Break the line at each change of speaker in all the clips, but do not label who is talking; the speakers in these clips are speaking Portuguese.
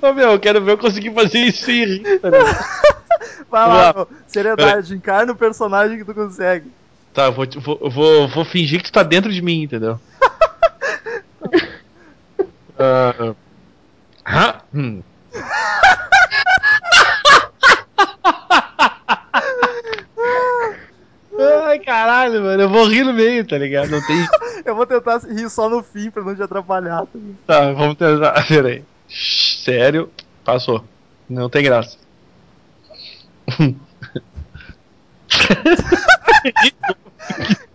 Pô, meu, eu quero ver eu conseguir fazer isso em rir, tá ligado?
Vai lá,
Vamos
meu. Seriedade, encarna o personagem que tu consegue.
Tá, eu vou, te- vou, eu vou, vou fingir que tu tá dentro de mim, entendeu? Ah, ah, hum. Ai, caralho, mano, eu vou rir no meio, tá ligado? Não tem.
Eu vou tentar rir só no fim pra não te atrapalhar. tá ligado?
Tá, vamos tentar. Pera aí. Sério, passou. Não tem graça.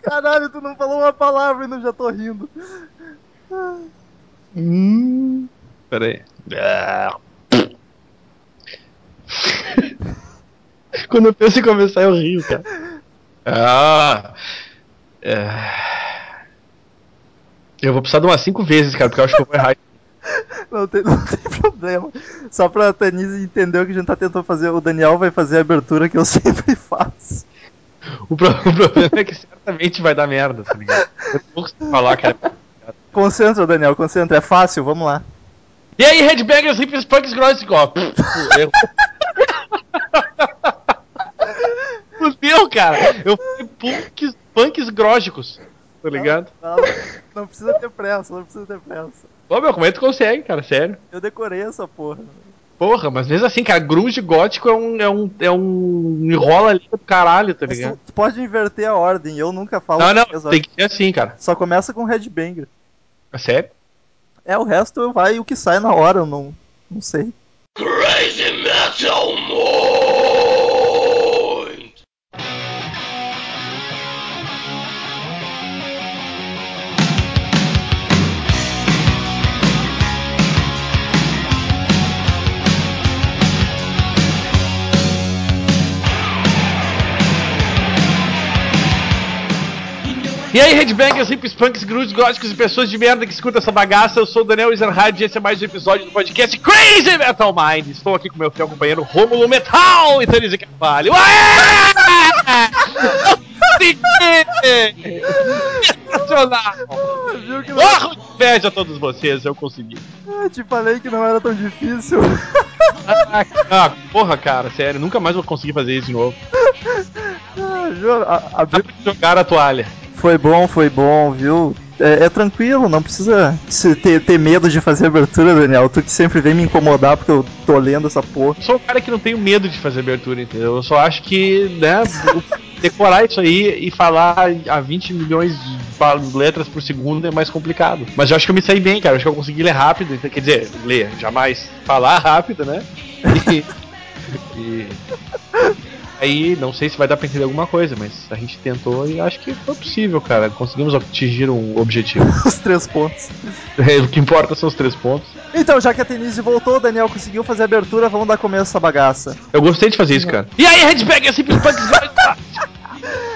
Caralho, tu não falou uma palavra e não já tô rindo.
Hum. Pera aí. Ah. Quando eu penso em começar, eu rio, cara. Ah. É. Eu vou precisar de umas cinco vezes, cara, porque eu acho que eu vou errar.
Não tem, não tem problema. Só pra Tanise entender o que a gente tá tentando fazer. O Daniel vai fazer a abertura que eu sempre faço.
O, pro- o problema é que certamente vai dar merda, tá ligado? Eu não consigo falar, cara.
Concentra, Daniel, concentra. É fácil, vamos lá.
E aí, Headbangers, Rippers, Punks, Gross, Cop. Fudeu, cara. Eu fui punks, punks grógicos, tá ligado?
Fala. Não precisa ter pressa, não precisa ter pressa.
Ô, meu, como é que tu consegue, cara? Sério.
Eu decorei essa porra.
Porra, mas mesmo assim, cara, grunge gótico é um, é um, é um enrola ali do caralho, tá
Mas tu,
ligado?
tu pode inverter a ordem, eu nunca falo.
Não,
as
não,
ordens.
tem que ser assim, cara.
Só começa com um Headbanger.
É sério?
É, o resto vai o que sai na hora, eu não, não sei.
E aí, headbangers, hips, punks, grunge, góticos e pessoas de merda que escutam essa bagaça, eu sou o Daniel Ezerhard e esse é mais um episódio do podcast Crazy Metal Mind. Estou aqui com meu fiel companheiro Rômulo Metal e Tanise Carvalho. Aê! Sensacional!
Viu Ah, que não...
Morro de inveja a todos vocês, eu consegui.
Ah, te falei que não era tão difícil.
Ah, porra, cara, sério, nunca mais vou conseguir fazer isso de novo.
Ah, juro, a- a-
Jogar a toalha.
Foi bom, foi bom, viu? É, é tranquilo, não precisa se ter, ter medo de fazer abertura, Daniel. Tu que sempre vem me incomodar porque eu tô lendo essa porra.
Eu sou um cara que não tenho medo de fazer abertura, entendeu? Eu só acho que, né, decorar isso aí e falar a 20 milhões de pa- letras por segundo é mais complicado. Mas eu acho que eu me saí bem, cara. Eu acho que eu consegui ler rápido. Quer dizer, ler, jamais falar rápido, né? E. e- Aí, não sei se vai dar pra entender alguma coisa, mas a gente tentou e acho que foi possível, cara. Conseguimos atingir um objetivo. É,
Os três pontos.
o que importa são os três pontos.
Então, já que a Tenise voltou, o Daniel conseguiu fazer a abertura, vamos dar começo a essa bagaça.
Eu gostei de fazer isso, cara. E aí, Redback, esse punks vai.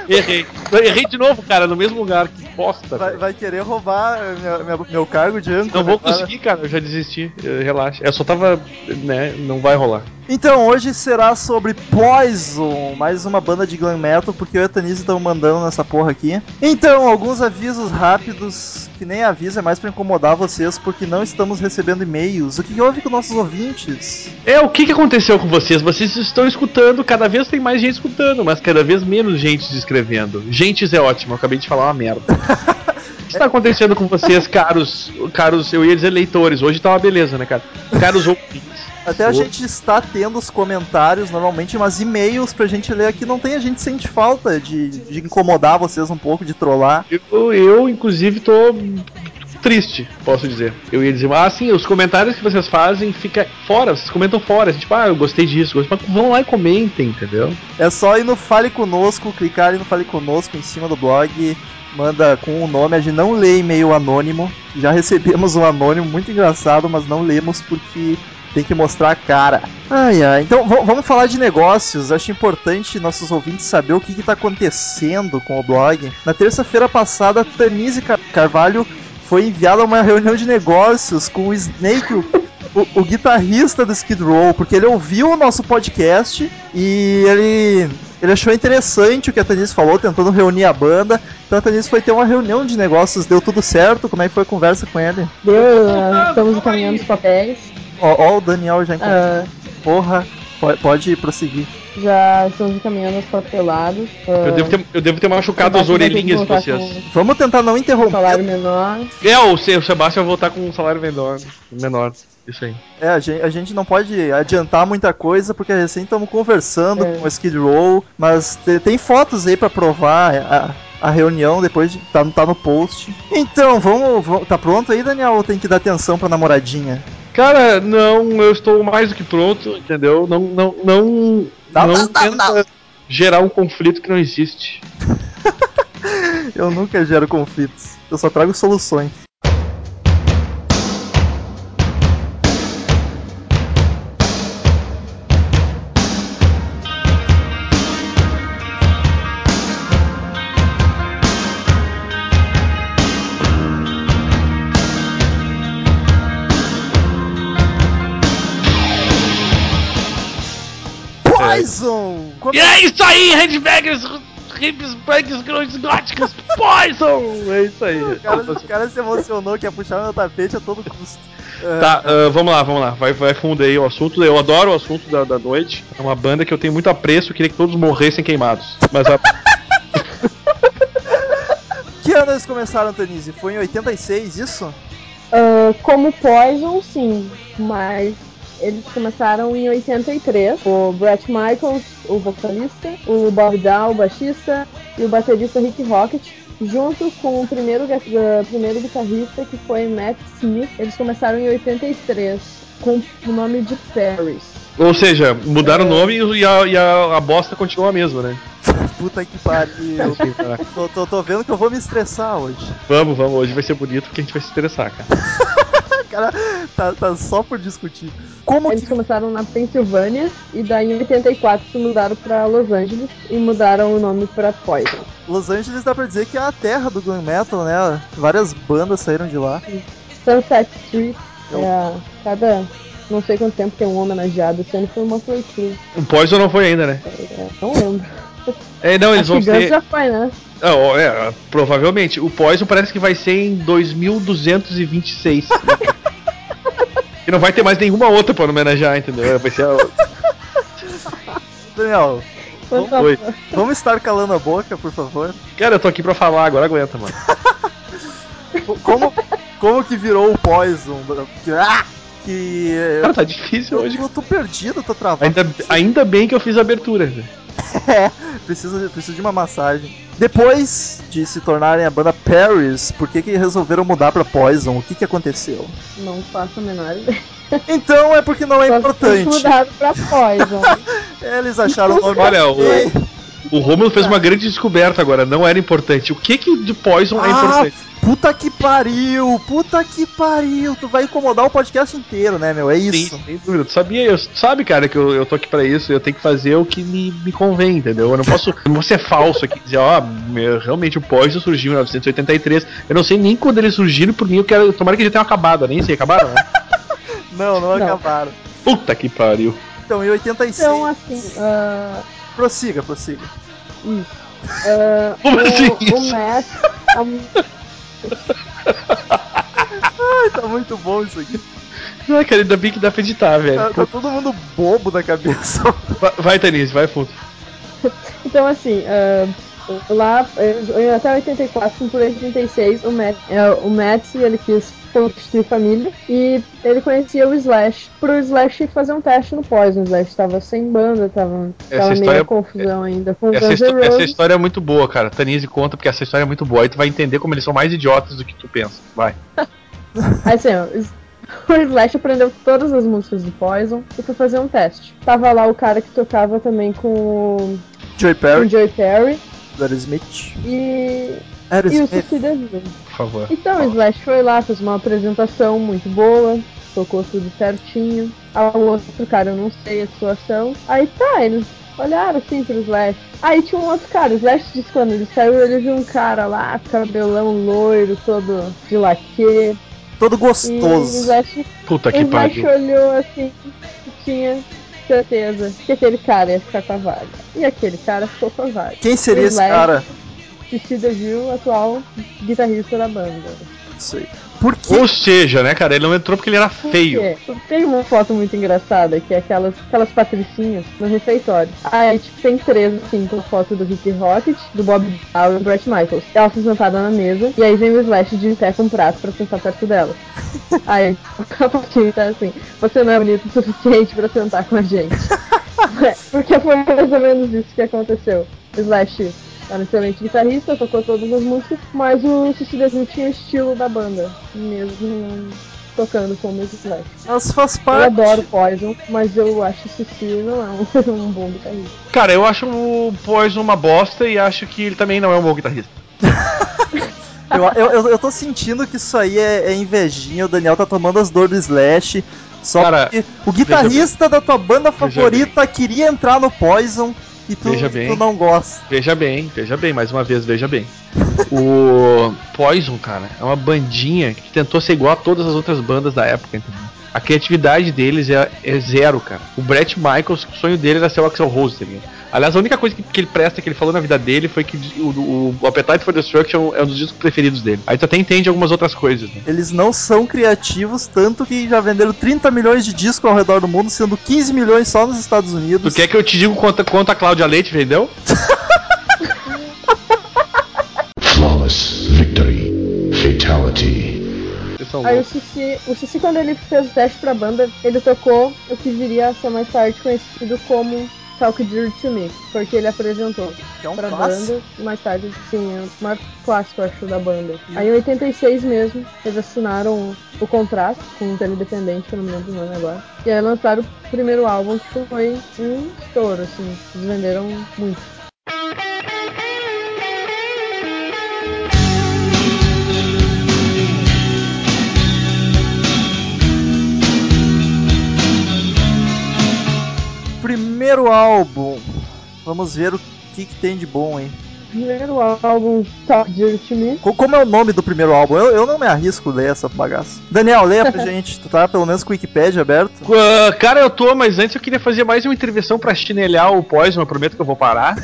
Errei. Errei de novo, cara, no mesmo lugar. Que bosta.
Vai,
velho.
vai querer roubar eh, minha- minha- meu cargo de âncora.
Não vou
agora.
conseguir, cara. Eu já desisti. Eh, Relaxa. Eu só tava. né? Não vai rolar.
Então, hoje será sobre Poison, mais uma banda de glam metal, porque eu e a Tanise estão mandando nessa porra aqui. Então, alguns avisos rápidos, que nem aviso, é mais pra incomodar vocês, porque não estamos recebendo e-mails. O que houve com nossos ouvintes?
É, o que, que aconteceu com vocês? Vocês estão escutando, cada vez tem mais gente escutando, mas cada vez menos gente se inscrevendo. Gentes é ótimo, eu acabei de falar uma merda. O que está acontecendo com vocês, caros, caros, eu ia dizer leitores, hoje tá uma beleza, né, cara? Caros ouvintes.
Até a gente está tendo os comentários normalmente, mas e-mails pra gente ler aqui não tem, a gente sente falta de, de incomodar vocês um pouco, de trollar.
Eu, Tipo, eu, inclusive, tô triste, posso dizer. Eu ia dizer, ah, sim, os comentários que vocês fazem fica fora, vocês comentam fora. Tipo, ah, eu gostei disso, gostei. Mas vão lá e comentem, entendeu?
É só ir no Fale Conosco, clicar ali no Fale Conosco em cima do blog, manda com o nome, a gente não lê e-mail anônimo. Já recebemos um anônimo muito engraçado, mas não lemos porque tem que mostrar a cara. Ai, ai. Então v- vamos falar de negócios. Acho importante nossos ouvintes saber o que está acontecendo com o blog. Na terça-feira passada, Tanise Car- Carvalho foi enviada a uma reunião de negócios com o Snake, o- o, o guitarrista do Skid Row, porque ele ouviu o nosso podcast e ele, ele achou interessante o que a Tanis falou, tentando reunir a banda. Então a Tanis foi ter uma reunião de negócios, deu tudo certo, como é que foi a conversa com ele?
Deu, ah, estamos encaminhando os papéis.
Ó, ó o Daniel já encontrou.
Ah,
Porra, po- pode prosseguir.
já estamos encaminhando os papelados. ah,
Eu devo ter, eu devo ter machucado
o
as
Sebastião vai ter que
orelhinhas de
voltar
vocês.
Vamos tentar não
com um
interromper.
salário menor.
É, o Se- o Sebastião vai voltar com um salário menor. menor. Isso aí.
É, a gente, a gente não pode adiantar muita coisa, porque recém estamos conversando
É.
com o Skid Row, mas te- tem fotos aí pra provar a, a reunião depois de, tá, tá no post. Então, vamos, vamos- Tá pronto aí, Daniel? Ou tem que dar atenção pra namoradinha?
Cara, não, eu estou mais do que pronto, entendeu? Não, não, não,
Não,
não,
não, não,
tenta gerar um conflito que não existe.
Eu nunca gero conflitos, eu só trago soluções. Poison! Como
E é isso aí, handbaggers, hips, punks, grunts, góticos, poison! É isso aí.
O cara, o cara se emocionou que ia puxar meu tapete a todo custo. É,
Tá, ah, vamos lá, vamos lá. Vai, vai fundo aí o assunto. Eu adoro o assunto da, da noite. É uma banda que eu tenho muito apreço. Eu queria que todos morressem queimados. Mas a-
Que ano eles começaram, Tanise? Foi em 86, isso?
Ah, como Poison, sim, mas eles começaram em 83. O Brett Michaels, o vocalista, o Bob Dow, o baixista, e o baterista Rick Rocket. Junto com o primeiro, gui- ah, primeiro guitarrista, que foi Matt Smith, eles começaram em 83, com o nome de Paris.
Ou seja, mudaram o nome e a, e a, a bosta continua a mesma, né? Então, assim,
Puta que pariu. tô, tô, tô vendo que eu vou me estressar hoje.
Vamos, vamos. Hoje vai ser bonito porque a gente vai se interessar, cara.
Tá, tá só por discutir. Como
Eles
que.
começaram na Pensilvânia e daí em 84 se mudaram pra Los Angeles e mudaram o nome pra Poison.
Los Angeles dá pra dizer que é a terra do glam metal, né? Várias bandas saíram de lá.
Sunset Street,
Eu-
é, a- cada não sei quanto tempo tem um homenageado, esse ano foi uma Crew,
O Poison não foi ainda, né?
é, não lembro.
É, não, eles
Acho
vão
que Guns
ser.
já foi, né?
Ah, ó, é, provavelmente. O Poison parece que vai ser em 2226. e não vai ter mais nenhuma outra pra homenagear, entendeu? Vai ser a...
Daniel,
Foi
Não
pra-
foi.
vamos estar calando a boca, por favor?
Cara, eu tô aqui pra falar, agora aguenta, mano.
Co- Como, como que virou o Poison? Ah, que.
Cara, tá difícil
Eu,
hoje.
eu tô perdido, eu tô travado.
Ainda, ainda bem que eu fiz a abertura. né?
É, precisa, precisa de uma massagem. Depois de se tornarem a banda Paris, por que, que resolveram mudar pra Poison? O que, que aconteceu?
Não faço a menor ideia.
Então é porque não é
Só que eles
importante.
mudaram pra Poison.
Eles acharam o nome.
Olha, o,
Ei,
o Romulo fez uma grande descoberta agora. Não era importante. O que que de Poison é
Ah,
importante?
puta que pariu, puta que pariu. Tu vai incomodar o podcast inteiro, né, meu? É isso.
Sim, sem dúvida. Tu sabia, eu, tu sabe, cara, que eu, eu tô aqui pra isso. Eu tenho que fazer o que me, me convém, entendeu? Eu não posso, eu não posso ser falso aqui e dizer, ó, meu, realmente o Poison surgiu em 1983. Eu não sei nem quando ele surgiu, por mim eu quero. Tomara que já tenha acabado, nem sei, acabaram? né?
Não, não,
Não.
acabaram.
Puta que pariu.
Então, em 86.
Então, assim, ah,
Prossiga, prossiga.
isso. Ah,
Como
o,
assim
o
isso?
Matt. a-
Ai, tá muito bom isso aqui.
Ah, cara, ainda bem que dá pra editar,
Tá,
É,
velho.
tá todo mundo bobo da cabeça.
Vai, vai Tanise, vai fundo.
Então, assim, ah, lá eh, até 84, por 86, o Matt, eh, o Matt ele quis construir família e ele conhecia o Slash. Pro Slash fazer um teste no Poison, o Slash tava sem banda, tava,
Essa
tava Tá meio
história- é
confusão ainda com o
Essa,
Guns
histó-
N'
essa
Roses.
história é muito boa, cara. Tanise conta porque essa história é muito boa. Aí tu vai entender como eles são mais idiotas do que tu pensa. Vai.
Assim, ó, o Slash aprendeu todas as músicas do Poison e foi fazer um teste. Tava lá o cara que tocava também com,
Joy
com o
Perry,
Joey Perry
Aerosmith.
e, e o
Aerosmith.
Suicida
Por favor.
Então, o
Fala.
Slash foi lá, fez uma apresentação muito boa, tocou tudo certinho. Ah, O outro cara, eu não sei a situação. Aí tá, eles olharam assim pro Slash. Aí tinha um outro cara, o Slash disse que quando ele saiu, ele viu um cara lá, cabelão loiro, todo de laque.
Todo
E o
gostoso.
Slash,
Puta
o
que
Slash
pariu.
olhou assim e tinha certeza que aquele cara ia ficar com a vaga. E aquele cara ficou com a vaga.
Quem seria esse
Slash.
cara?
Suicida Gil, atual guitarrista da banda.
Isso aí. Por quê?
Ou seja, né, cara, ele não entrou porque ele era
Por
feio.
quê? Tem uma foto muito engraçada, que é aquelas, aquelas patricinhas no refeitório. Aí, tipo, tem três, assim, com foto do Ricky Rocket, do Bob Dow e do Brett Michaels. Elas estão sentadas na mesa, e aí vem o Slash de pé com um prato pra sentar perto dela. Aí, a fotinho tá assim, você não é bonito o suficiente pra sentar com a gente. É, Porque foi mais ou menos isso que aconteceu. Slash era um excelente guitarrista, tocou todas as músicas, mas o Suicide Slim tinha o estilo da banda, mesmo tocando como Slash.
Mas faz
Eu
parte.
adoro Poison, mas eu acho que o Suicide não é um, um bom guitarrista.
Cara, eu acho o Poison uma bosta e acho que ele também não é um bom guitarrista.
Eu, eu, eu, eu tô sentindo que isso aí é, é invejinha, o Daniel tá tomando as dores do Slash. Só
Cara,
porque o guitarrista da tua banda favorita queria entrar no Poison e tu,
Veja
tu
bem.
não gosta.
Veja bem, veja bem, mais uma vez, veja bem. O Poison, cara, é uma bandinha que tentou ser igual a todas as outras bandas da época, entendeu? A criatividade deles é, é zero, cara. O Brett Michaels, o sonho dele era ser o Axel Rose, tá ligado? Aliás, a única coisa que, que ele presta, que ele falou na vida dele, foi que o, o Appetite for Destruction é um dos discos preferidos dele. Aí tu até entende algumas outras coisas, né?
Eles não são criativos, tanto que já venderam 30 milhões de discos ao redor do mundo, sendo 15 milhões só nos Estados
Tu
Unidos.
quer que é eu te diga quanto, quanto a Cláudia Leite vendeu?
Flawless victory. Fatality.
Vocês são
Aí o
loucos.
Suci, o Suci, quando ele fez o teste pra banda, ele tocou o que viria a ser mais tarde conhecido como Talk Dirt to Me, porque ele apresentou.
Que é um
pra
clássico.
banda, e mais tarde, sim, é o maior clássico, eu acho, da banda. Aí em 86 mesmo, eles assinaram o contrato com um tele independente, que eu não me lembro o nome agora. E aí lançaram o primeiro álbum, que foi um estouro, assim, eles venderam muito.
Primeiro álbum. Vamos ver o que, que tem de bom, hein?
O primeiro álbum, tá Talk Dirt to Me,
Co- Como é o nome do primeiro álbum? Eu, eu não me arrisco a ler essa bagaça. Daniel, leia pra gente. Tu tá pelo menos com o Wikipedia aberto?
Ah, cara, eu tô, mas antes eu queria fazer mais uma intervenção pra chinelhar o Poison, eu prometo que eu vou parar.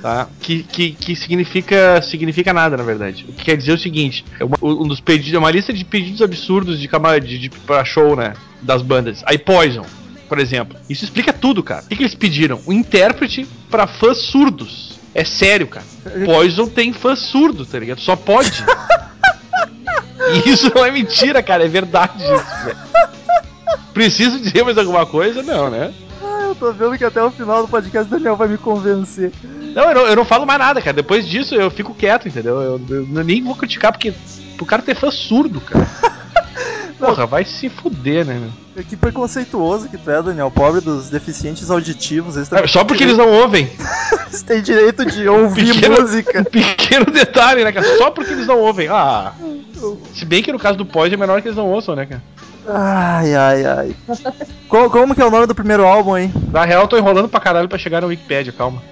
tá? Que, que, que significa significa nada, na verdade. O que quer dizer é o seguinte: é uma, um dos pedidos, é uma lista de pedidos absurdos de, cama- de, de pra show, né? Das bandas. Aí Poison, por exemplo. Isso explica tudo, cara. O que, que eles pediram? Um intérprete pra fãs surdos. É sério, cara. Poison tem fã surdo, tá ligado? Só pode. E isso não é mentira, cara, é verdade isso, velho. Preciso dizer mais alguma coisa? Não, né?
Ah, eu tô vendo que até o final do podcast o Daniel vai me convencer.
Não eu, não, eu não falo mais nada, cara. Depois disso eu fico quieto, entendeu? Eu, eu nem vou criticar porque o cara ter fã surdo, cara. Porra, vai se fuder, né? meu?
É, Que preconceituoso que tu é, Daniel. Pobre dos deficientes auditivos. Eles, também
É, Só porque
têm
eles não ouvem.
direito- eles têm direito de ouvir
Pequeno- Um
música.
pequeno detalhe, né, cara? Só porque eles não ouvem. Ah. Se bem que no caso do Pod é menor que eles não ouçam, né, cara?
Ai, ai, ai. Co- como que é o nome do primeiro álbum, hein?
Na real, eu tô enrolando pra caralho pra chegar no Wikipedia, calma.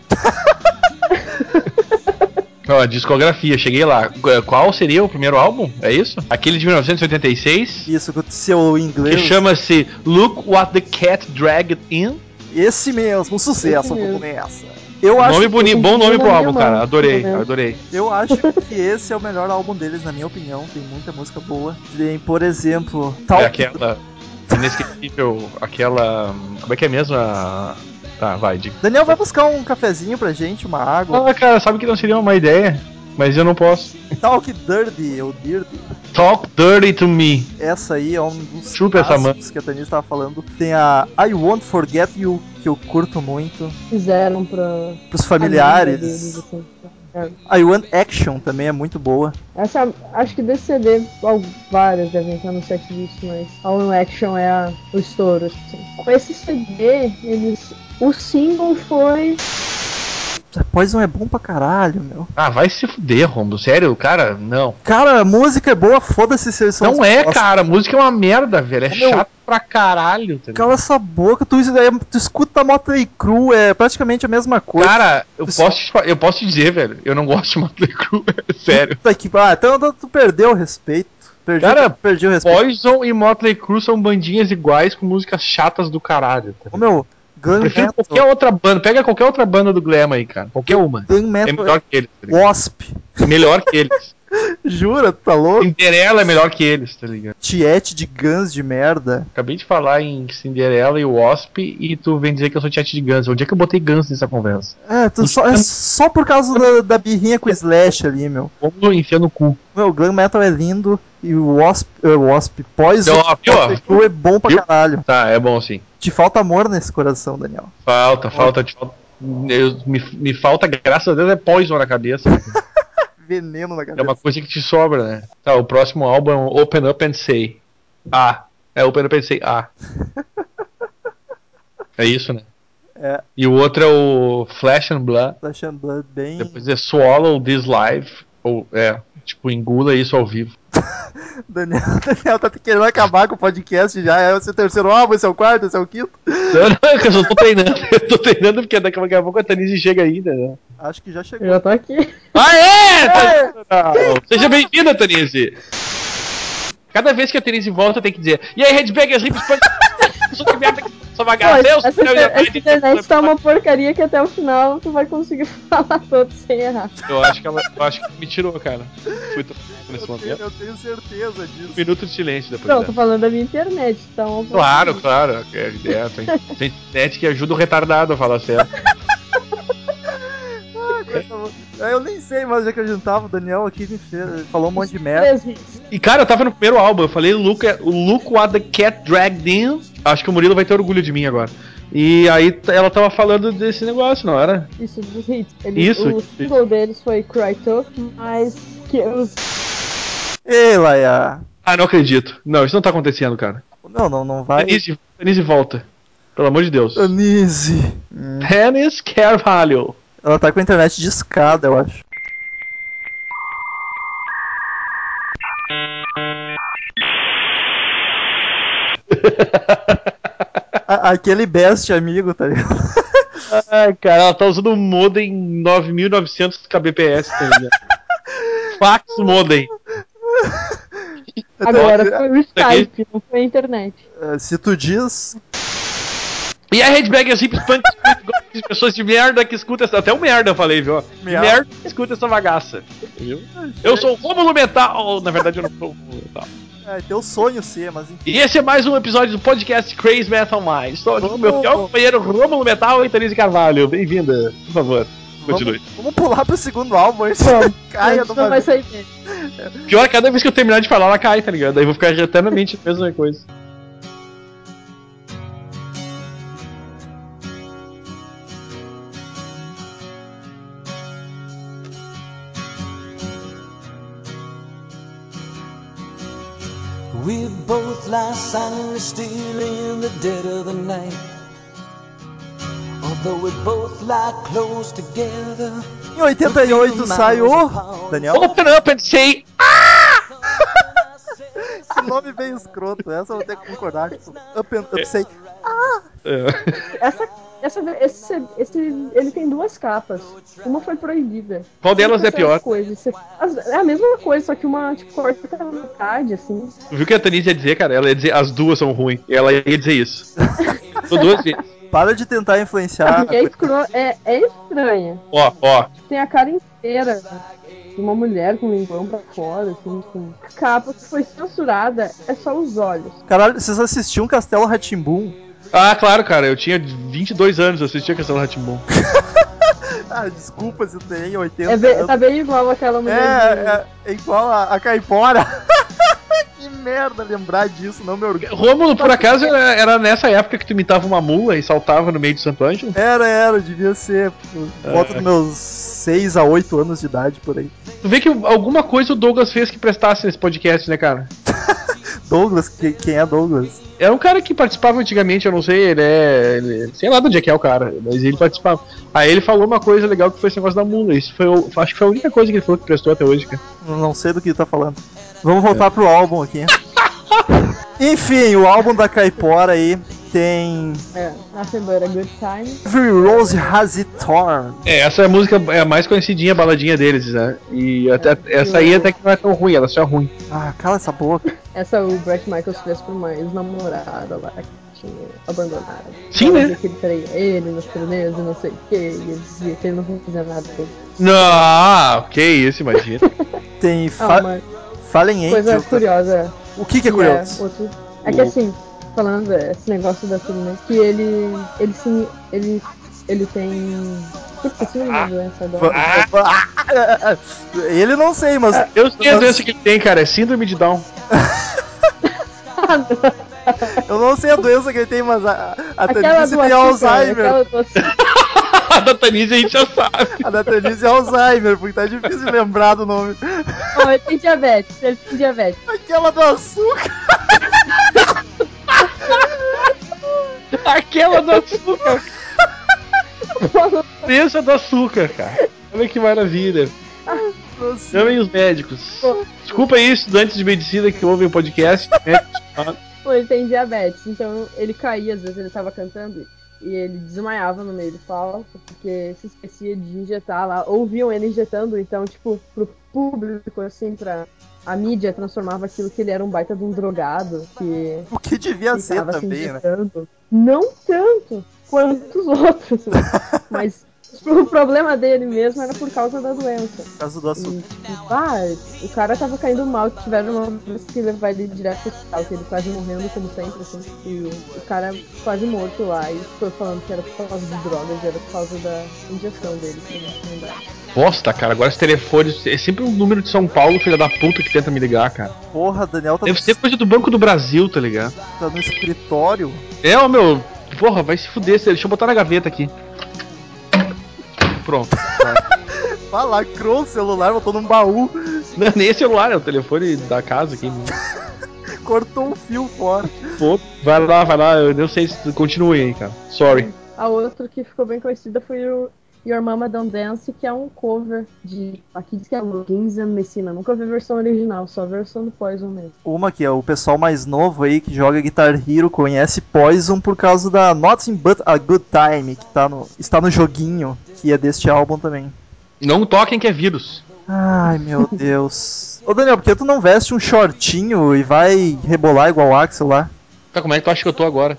Ó, discografia, cheguei lá. Qu- Qual seria o primeiro álbum? É isso? Aquele de 1986,
Isso, com o seu
que
inglês.
chama-se Look What the Cat Dragged In.
Esse mesmo, um sucesso,
Esse mesmo.
começa. Eu acho,
Nome boni
um
bom nome é pro
nome
álbum, cara.
alemão,
Adorei,
pelo menos.
adorei.
eu acho que esse é o melhor álbum deles, na minha opinião. Tem muita música boa. Tem, por exemplo, tal.
É aquela inesquecível, aquela. Como é que é mesmo? a- Tá, vai, diga.
Daniel, vai buscar um cafezinho pra gente, uma água.
Ah, cara, sabe que não seria uma ideia, mas eu não posso.
Talk Dirty, ou Dirty.
Talk Dirty to Me.
Essa aí é um dos
Chupa essa
clássicos que a Tanis estava falando. Tem a I Won't Forget You, que eu curto muito.
fizeram pra...
Pros
a vida deles,
familiares.
assim.
I Want Action também é muito boa.
Essa, acho que desse CD, ó, várias devem estar no setlist, mas a One Action é a- o estouro. Assim. Com esse CD, eles... O single foi
Poison é bom pra caralho, meu.
Ah, vai se fuder, Romulo. Sério, cara, não.
Cara, a música é boa, foda-se se eles são
Não é,
Nossa,
cara. A música é uma merda, velho. É
Meu.
chato pra caralho. Tá ligado?
Cala essa boca, tu, é- tu escuta Motley Crue, é praticamente a mesma coisa.
Cara, eu
Pessoal.
posso, te, fa- eu posso te dizer, velho. Eu não gosto de Motley Crue, sério.
Puta que ah, então, então tu perdeu o respeito. Perdi,
Cara,
perdi o respeito.
Poison e Motley Crue são bandinhas iguais com músicas chatas do caralho. Tá?
Ô,
ligado?
meu, Gun
Prefiro
Metal,
qualquer outra banda. Pega qualquer outra banda do Glam aí, cara. Qualquer uma.
Gun
É
Metal,
melhor que eles. tá ligado?
Wasp.
É melhor que eles.
Jura? Tu tá louco?
Cinderela é melhor que eles, tá ligado?
Tiete de Guns de merda.
Acabei de falar em Cinderela e Wasp e tu vem dizer que eu sou chat de Guns. Onde é que eu botei Guns nessa conversa?
É, tu só, é só por causa da, da birrinha com o Slash ali, meu.
Como enfiar no cu.
Meu, o Glam Metal é lindo e o Wasp, eh, Wasp Poison
Então, ó, viu, ó?
Cru é bom pra
Viu?
caralho.
Tá, é bom sim.
Te falta amor nesse coração, Daniel.
Falta, falta, te falta. eu- me, me falta, graças a Deus, é Poison na cabeça.
Veneno na
É
cabeça.
uma coisa que te sobra, né? Tá, o próximo álbum é um Open Up and Say. Ah. É Open Up and Say. Ah. É isso, né?
É.
E o outro é o Flash and Blood.
Flash and Blood Tá bem.
Depois é Swallow This Live. Ou é, tipo, engula isso ao vivo.
Daniel, Daniel tá querendo acabar com o podcast já. É o seu terceiro álbum, esse é o quarto, esse é o quinto.
Não, não, eu só tô treinando. Eu tô treinando porque daqui a pouco a Tanise chega ainda, né?
Acho que já
Eu
chegou.
já tô aqui.
Aê! Tanise! Seja bem-vinda, Tanise! Cada vez que a Tanise volta, tem que dizer: E aí, Redbangers, Rips, Punk, que merda que sou
Pô,
vagabundo,
essa, inter-
né?
essa internet tá uma porcaria que até o final tu vai conseguir falar todo sem errar.
Eu acho que ela eu acho que me tirou, cara. Fui trocado nesse
Eu tenho,
momento.
eu tenho certeza disso.
Um minuto de silêncio depois.
Não,
dessa.
tô falando da minha internet, então.
Claro, claro. É, é, tem, tem internet que ajuda o retardado a falar certo.
Ah, coisa boa. Ah, Eu nem sei mais onde é que eu juntava. O Daniel aqui me fez- falou um monte de merda.
Três hits.
E cara, eu tava no primeiro álbum, eu falei é- Look, at- look What the Cat Dragged In. Acho que o Murilo vai ter orgulho de mim agora. E aí t- ela tava falando desse negócio, não era?
Isso dos hits. Eles-
Isso,
O
isso.
single deles foi Cry Tough, mas que os
Ei, Laia.
Ah, não acredito. Não, isso não tá acontecendo, cara.
Não, não, não vai.
Denise, Denise volta. Pelo amor de Deus.
Anise.
Dennis Carvalho.
Hum. Ela tá com a internet de escada, eu acho. A- Aquele best amigo, tá ligado?
Ai, cara, ela tá usando um modem 9900 kbps, tá ligado? Fax modem.
agora
Então,
foi o Skype, não foi a internet.
eh, Se tu diz,
E a Redbag é simples punk de pessoas de merda que escuta essa. Até o merda eu falei, viu? De
Merda.
Merda que escuta essa bagaça. Viu? Eu sou o Rômulo Metal. Na verdade, eu não sou o Rômulo Metal.
é teu sonho ser, mas enfim.
E esse é mais um episódio do podcast Crazy Metal Mind. Estou aqui com o meu
Rômulo.
fiel companheiro Rômulo Metal e Tanise Carvalho. Bem-vinda, por favor. Continue.
Vamos, vamos pular pro segundo álbum antes
Vamos.
que caia
Antes não
numa
vai sair dele.
Pior, cada vez que eu terminar de falar, ela cai, tá ligado? Aí eu vou ficar eternamente a mesma coisa.
We both lie silently still in the dead of the night. Although we both lie close together.
Em 88 sai o. Daniel,
Open up and say
que nome bem escroto. Essa eu vou ter que concordar. Tipo, up and up, sei.
É.
Essa, essa, esse, esse, ele tem duas capas. Uma foi proibida.
Qual delas é
Essas
pior?
coisas, você- as- é a mesma coisa, só que uma tipo, corta pela metade, assim.
Tu viu o que a Tanise ia dizer, cara? Ela ia dizer as duas são ruins. E ela ia dizer isso. Tô duas vezes.
Para de tentar influenciar.
Porque é, escro- é- é estranha. Tipo,
Ó, ó.
Tem a cara inteira de uma mulher com um linguão pra fora, assim, com a capa que foi censurada, é só os olhos.
Caralho, vocês assistiam Castelo Ratimbum?
Ah, claro, cara. Eu tinha 22 anos, eu assistia Castelo Ratimbum.
Ah, desculpa se tem 80
É be-
anos.
tá bem igual aquela
É,
mulher. de-
é, é igual a, a Caipora. que merda lembrar disso, não me orgulho.
Rômulo, por acaso, era, era nessa época que tu imitava uma mula e saltava no meio de Santo Ângelo?
Era, era, devia ser por volta dos meus 6 a 8 anos de idade por aí.
Tu vê que alguma coisa o Douglas fez que prestasse nesse podcast, né, cara?
Douglas, que- quem é Douglas?
Era um cara que participava antigamente, eu não sei, ele é. ele- sei lá de onde é que é o cara, mas ele participava. Aí ele falou uma coisa legal que foi esse negócio da mula. Isso foi. o- Acho que foi a única coisa que ele falou que prestou até hoje, cara.
Não sei do que tá falando. Vamos voltar pro álbum aqui. Enfim, o álbum da Caipora aí, tem
É, nothing but a good time.
Every Rose Has Its Thorn.
É, essa é a música é a mais conhecidinha, a baladinha deles, né? E até- essa aí até que não é tão ruim, ela só é ruim.
Ah, cala essa boca.
Essa o Bret Michaels fez por uma ex-namorada lá que tinha abandonado.
Sim,
Ela
né?
dizia que ele traía ele nas turnês e não sei o que. Ele dizia que ele não fazia nada.
Não, que isso, imagina.
Tem
Ah,
fa
uma
Fallen
coisa
Angel.
curiosa
O que que é curioso?
É, outro- é que assim, falando esse negócio da turnê, que ele. ele sim. ele. ele tem. Putz, esqueci o nome da é doença
Ah, Va-
agora.
va- ah, Ele não sei, mas
Eu sei a doença que ele tem, cara, é síndrome de Down.
eu não sei a doença que ele tem, mas a, a
Aquela
Tanise
do né?
tem Alzheimer.
aquela do
a da Tanise a gente já sabe.
A da Tanise é Alzheimer, porque tá difícil de lembrar do nome.
Não, ele tem diabetes, ele tem diabetes.
Aquela do açúcar.
Aquela do açúcar. Doença do açúcar, cara. Olha que maravilha. Chamem os médicos. Desculpa aí, estudantes de medicina que ouvem o podcast. É
Pô, ele tem diabetes, então ele caía, às vezes ele tava cantando e ele desmaiava no meio do palco, porque se esquecia de injetar lá. Ouviam ele injetando, então, tipo, pro público, assim, pra. A mídia transformava aquilo que ele era um baita de um drogado, que
O que devia
que
ser
tava se
também, né?
injetando. Não tanto quanto os outros, né? mas tipo, o problema dele mesmo era por causa da doença.
Por causa do
E,
açúcar.
tipo, ah, o cara tava caindo mal, tiveram uma vez que levar ele direto pro hospital, que ele quase morrendo, como sempre, assim. E o, o cara quase morto lá, e foi falando que era por causa de drogas, era por causa da injeção dele. Que ele não dava.
Bosta, cara, agora os telefones. É sempre um número de São Paulo, filha da puta, que tenta me ligar, cara.
Porra, Daniel tá no,
Deve ser coisa do Banco do Brasil, tá ligado?
tá no escritório.
É, ô meu. Porra, vai se fuder, deixa eu botar na gaveta aqui. Pronto.
Ah, lacrou o celular, botou num baú,
Não é nem celular, é o telefone da casa aqui.
cortou um fio fora.
Pô, Vai lá, vai lá, eu não sei se tu continue aí, cara. Sorry.
A outra que ficou bem conhecida foi o Your Mama Don't Dance, que é um cover de. Aqui diz que é Loggins and Messina. Nunca vi versão original, só a versão do Poison mesmo.
Uma que é o pessoal mais novo aí que joga Guitar Hero conhece Poison por causa da Nothing But a Good Time, que tá no, está no joguinho, que é deste álbum também.
Não toquem que é vírus.
Ai meu Deus. Ô Daniel, por que tu não veste um shortinho e vai rebolar igual o Axel lá?
Tá, como é que tu acha que eu tô agora?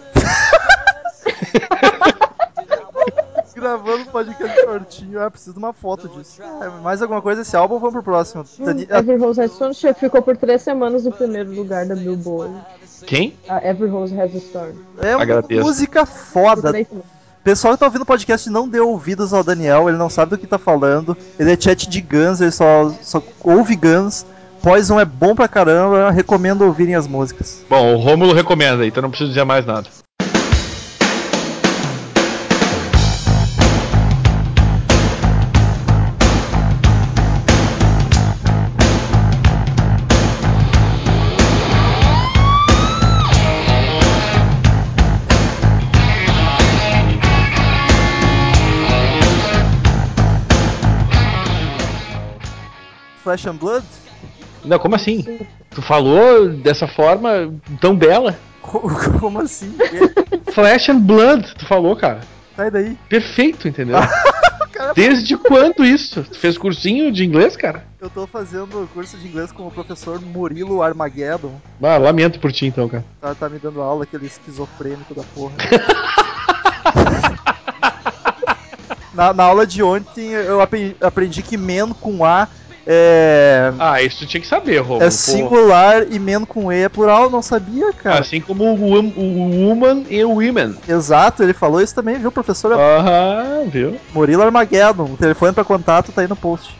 Gravando podcast shortinho, ah, preciso de uma foto disso. mais alguma coisa desse álbum, vamos pro próximo. Dani- ah,
Hum, Every Rose Has a Storm che- ficou por três semanas no primeiro lugar da Billboard.
Quem?
A Every Rose Has a Storm.
É uma
Agradeço.
música
Por
foda.
três semanas.
pessoal que tá ouvindo o podcast não deu ouvidos ao Daniel, ele não sabe do que tá falando. Ele é chat de Guns, ele só, só ouve Guns. Poison é bom pra caramba, recomendo ouvirem as músicas.
Bom, o Rômulo recomenda, então não preciso dizer mais nada.
Flash and Blood?
Não, como assim? Tu falou dessa forma tão bela?
Co- Como assim?
Flash and Blood, tu falou, cara.
Sai daí.
Perfeito, entendeu?
Cara,
Desde quando isso? Tu fez cursinho de inglês, cara?
eu tô fazendo curso de inglês com o professor Murilo Armageddon.
Ah, lamento por ti então, cara.
Tá, tá me dando aula, aquele esquizofrênico da porra. na, na aula de ontem eu ape- aprendi que men com A é,
Ah, isso tu tinha que saber, Romulo.
é
pô.
singular e men com E é plural, não sabia, cara.
Assim como o, wom- o woman e o women.
Exato, ele falou isso também, viu, professor
Ah. Aham, viu?
Murilo Armageddon. O telefone pra contato tá aí no post.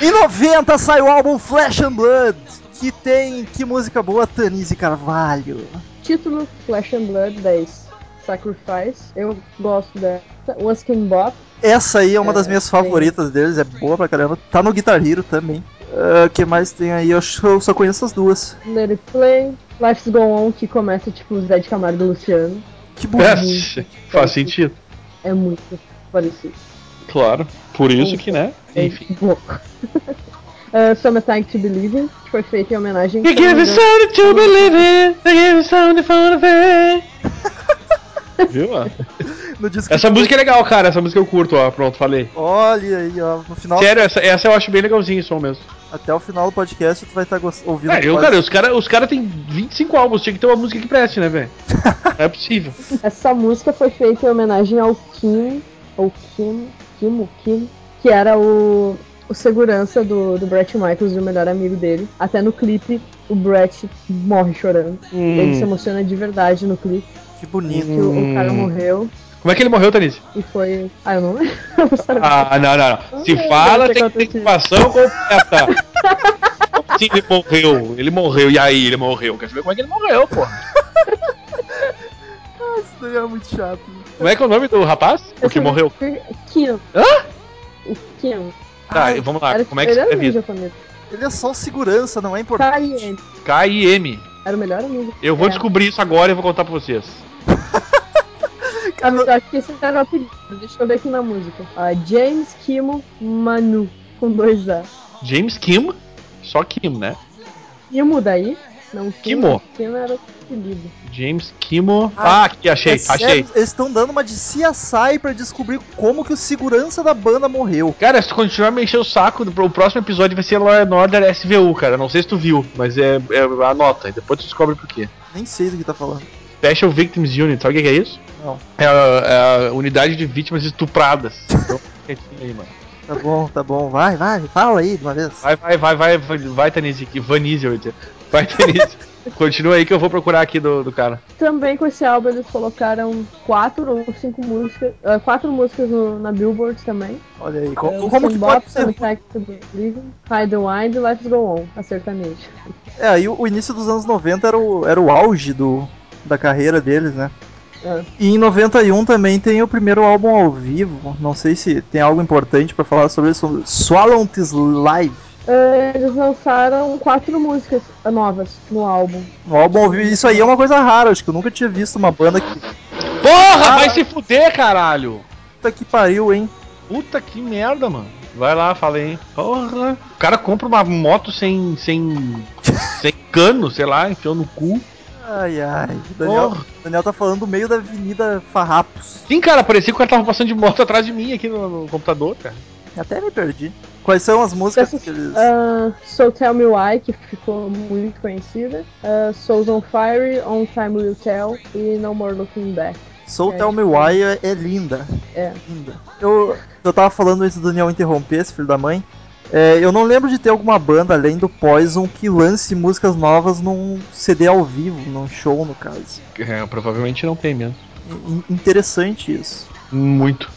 em 90 sai o álbum Flash and Blood, que tem que música boa, Tanise Carvalho.
Título: Flash and Blood 10. Sacrifice. Eu gosto da Waskin Bop.
Essa aí é uma
É,
das minhas
sim.
favoritas deles, é boa pra caramba. Tá no Guitar Hero também. O que mais tem aí? Eu, acho- eu só conheço as duas.
Let It Play. Life's Go On, que começa tipo Zé de Camargo e Luciano.
Que
É,
bonito.
faz sentido.
É muito parecido.
Claro. Por isso que, né? Enfim.
É louco. uh, Summertime to Believe In, que foi feita em homenagem
You give me something to believe in, I give me something for the Viu? ó?
No disco.
Essa música é legal, cara. Essa música eu curto, ó. Pronto, falei.
Olha aí, ó. No final,
Sério, essa, essa eu acho bem legalzinha o som mesmo.
até o final do podcast, tu vai estar ouvindo.
Ah, eu,
quase-
cara, os caras os cara têm 25 álbuns, tinha que ter uma música que preste, né, velho? Não é possível.
Essa música foi feita em homenagem ao Kim, ou Kim, Kim, o Kim, que era o, o segurança do, do Brett Michaels e o melhor amigo dele. Até no clipe, o Brett morre chorando.
Hum.
Ele se emociona de verdade no clipe,
Que
que
bonito.
o- o cara
Hum.
morreu
Como é que ele morreu, Tanise?
e foi... Ah, eu não lembro. sabe?
Ah, não, não, não. Se fala, tem que ter informação completa. Sim, ele morreu. Ele morreu. E aí, ele morreu. Quer saber como é que ele morreu, porra?
Ah, isso daí é muito chato.
Como é que é o nome do rapaz? O que morreu?
Kim.
Hã?
O Kim.
Tá, vamos lá.
Era-
Como é que
ele
se
era um
escreve
amigo
isso?
japonês.
Ele é só segurança, não é importante.
Kai,
K-I-M.
Tá era o melhor amigo.
Eu vou
É.
descobrir isso agora e vou contar pra vocês.
Ah, mas eu acho que esse era o apelido. Deixa eu ver aqui na música. Ah, James Kimo Manu, com dois A.
James Kim. Só Kim, né?
Kimo daí? Não,
Kimo.
Kimo era o apelido.
James Kimo. Ah, aqui, achei,
É sério,
achei.
Eles estão dando uma de CSI pra descobrir como que o segurança da banda morreu.
Cara, se tu continuar a mexer o saco, o próximo episódio vai ser Law and Order SVU, cara. Não sei se tu viu, mas é, é anota. E depois tu descobre por quê.
Nem sei do que tá falando.
Special Victims Unit, sabe o que que é isso?
Não.
É a, é a unidade de vítimas estupradas. Então, quietinho aí, mano.
Tá bom, tá bom. Vai, vai, fala aí de uma vez.
Vai, vai, vai, vai, vai, vai, Tanise, que Vanise, eu ia dizer. Vai, Tanise. Continua aí que eu vou procurar aqui do, do cara.
Também com esse álbum eles colocaram quatro ou cinco músicas, ah, quatro músicas no- na Billboard também.
Olha aí.
É,
Como,
o
como que
Sambop,
pode ser?
Soundtrack to the Living, Hide the Wind e Let's Go On, a sertaneja.
É, aí o, o início dos anos 90 era o, era o auge do, da carreira deles, né?
É.
E em 91 também tem o primeiro álbum ao vivo. Não sei se tem algo importante pra falar sobre isso. Swallow This Live.
Ah, eles lançaram quatro músicas novas no álbum.
No álbum ao vivo. Isso aí é uma coisa rara. Acho que eu nunca tinha visto uma banda que.
Porra, vai se fuder, caralho!
Puta que pariu, hein?
Puta que merda, mano. Vai lá, fala aí. Porra. O cara compra uma moto sem. sem. sem cano, sei lá, enfiou no cu.
Ai, ai. O Daniel,
Porra.
o Daniel tá falando do meio da Avenida Farrapos.
Sim, cara, parecia que o cara tava passando de moto atrás de mim aqui no, no computador, cara.
Até me perdi. Quais são as músicas que eles.
Ah, so Tell Me Why, que ficou muito conhecida. Ah, Souls on Fire, On Time Will Tell e No More Looking Back.
Soul
é,
Tell Me Why é, é linda.
É.
Linda. Eu, eu tava falando antes do Daniel interromper, esse filho da mãe. É, eu não lembro de ter alguma banda além do Poison que lance músicas novas num CD ao vivo, num show no caso.
É, provavelmente não tem mesmo.
In- interessante isso.
Muito.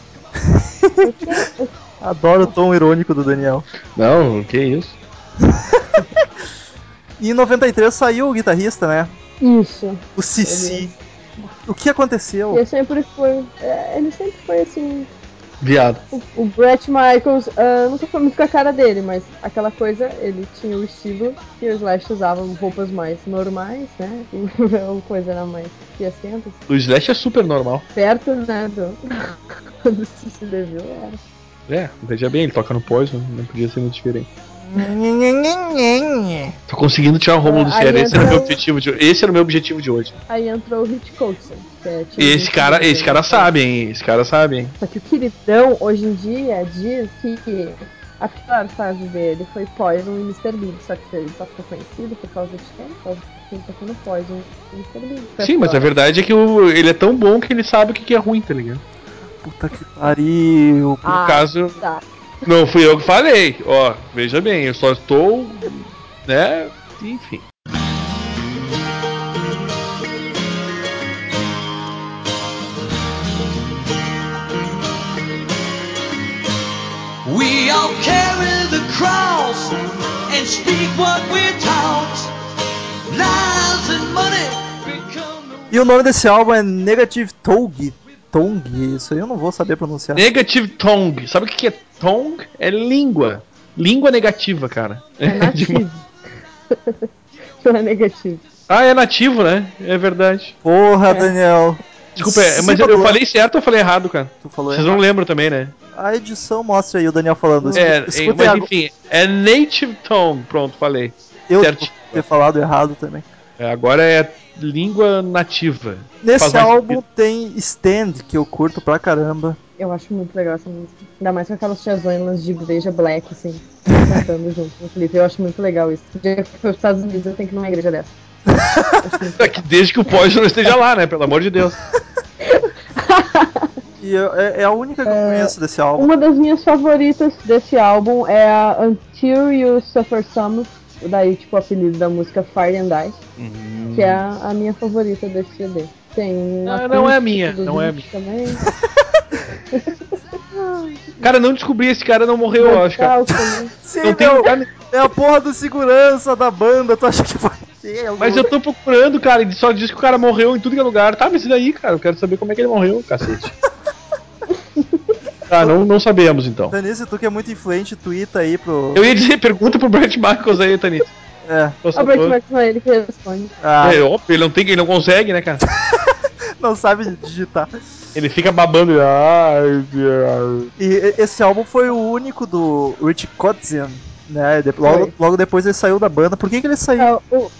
Adoro o tom irônico do Daniel.
Não, que isso?
E em 93 saiu o guitarrista, né?
Isso.
O Cici. O que aconteceu?
E eu sempre foi. é, ele sempre foi assim.
Viado.
O, o Brett Michaels ah, nunca foi muito com a cara dele, mas aquela coisa, ele tinha o estilo que o Slash usava roupas mais normais, né? E a coisa era mais piacentas.
O Slash é super normal.
Perto, né? Do, do se deveu, era.
É, veja bem, ele toca no Poison, não podia ser muito diferente. Tô conseguindo tirar o Romulo do
Ah, aí
sério, esse era o
entra
meu
o-
objetivo de Esse era o meu objetivo de hoje.
Aí entrou o Rich Coulson. que é tipo-
E esse cara, esse cara sabe, hein? Esse cara sabe, hein?
Só que o queridão hoje em dia diz que a pior fase dele foi Poison e Mr. Big. Só que ele só ficou conhecido por causa de quem? Por causa que ele tocou no Poison e Mr. Big. Foi
Sim,
a
mas a
pior.
verdade é que o- ele é tão bom que ele sabe o que, que é ruim, tá ligado?
Puta que pariu.
No
Ah.
caso,
Tá.
não fui eu que falei. Ó, veja bem, eu só estou. né? Enfim.
We all carry the cross and speak what we're taught. Lies and money become the
E o nome desse álbum é Negative Tongue. Tongue, isso aí eu não vou saber pronunciar.
Negative tongue. Sabe o que que é tongue? É língua. Língua negativa, cara.
É nativo. Não é negativo.
ah, é nativo, né? É verdade.
Porra,
É.
Daniel.
Desculpa, é, mas
Sim,
eu, eu
falou.
falei certo ou falei errado, cara?
Tu falou
Vocês
errado.
não lembram também, né?
A edição mostra aí o Daniel falando. Escu-
É, em-
escutem
mas
agora.
enfim, é Native Tongue, pronto, falei.
Eu
certo.
devo ter falado errado também.
É, agora é língua nativa. Faz mais
Nesse álbum tem Stand, que eu curto pra caramba.
Eu acho muito legal essa música. Ainda mais com aquelas tiazonas de igreja black, assim, cantando junto no clipe. Eu acho muito legal isso. O dia que eu for pros Estados Unidos, eu tenho que ir numa igreja dessa.
É que desde que o Poison não esteja lá, né? Pelo amor de Deus.
E eu- é, é a única que eu conheço desse álbum.
Uma das minhas favoritas desse álbum é a Until You Suffer Some, daí tipo o apelido da música Fire and Ice,
Uhum.
que é a, a minha favorita desse CD. Tem
Não, não é a minha, não é a minha.
Também.
Cara, não descobri esse cara, não morreu, eu acho, cara.
Calça, né?
Sim,
Não tem
meu,
lugar nenhum.
é a porra do segurança da banda, tu acha que vai ter? algum-
Mas eu tô procurando, cara, e só diz que o cara morreu em tudo que é lugar. Tá, mas e daí, cara? Eu quero saber como é que ele morreu, cacete. tá, não, não sabemos então.
Denise, tu que é muito influente, twitta aí pro.
Eu ia dizer, pergunta pro Brett Michaels aí, Tanito.
É.
Ah,
O Bert Marx não é ele que responde.
Ah,
É óbvio, ele não tem, ele não consegue, né, cara?
não sabe digitar.
Ele fica babando. ele, "Ai, ai".
E e- esse álbum foi o único do Rich Kotzen, né? De- Logo,
Foi.
logo depois ele saiu da banda. Por que, que ele saiu?
Ah, o,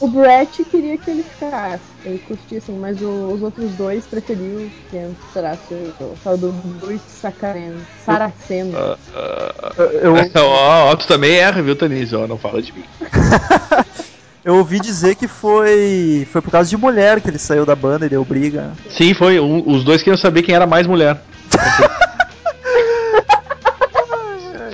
o Brett queria que ele ficasse, ele curtia assim, mas o- os outros dois preferiam que entrasse o o tal do Bruce Sacareno, Saraceno.
Ah, ah,
Eu, eu-
Ó, ó, tu também erra, viu, Tanito? Ó, não fala de mim.
eu ouvi dizer que foi foi por causa de mulher que ele saiu da banda e deu briga.
Sim, foi. um- os dois queriam saber quem era mais mulher.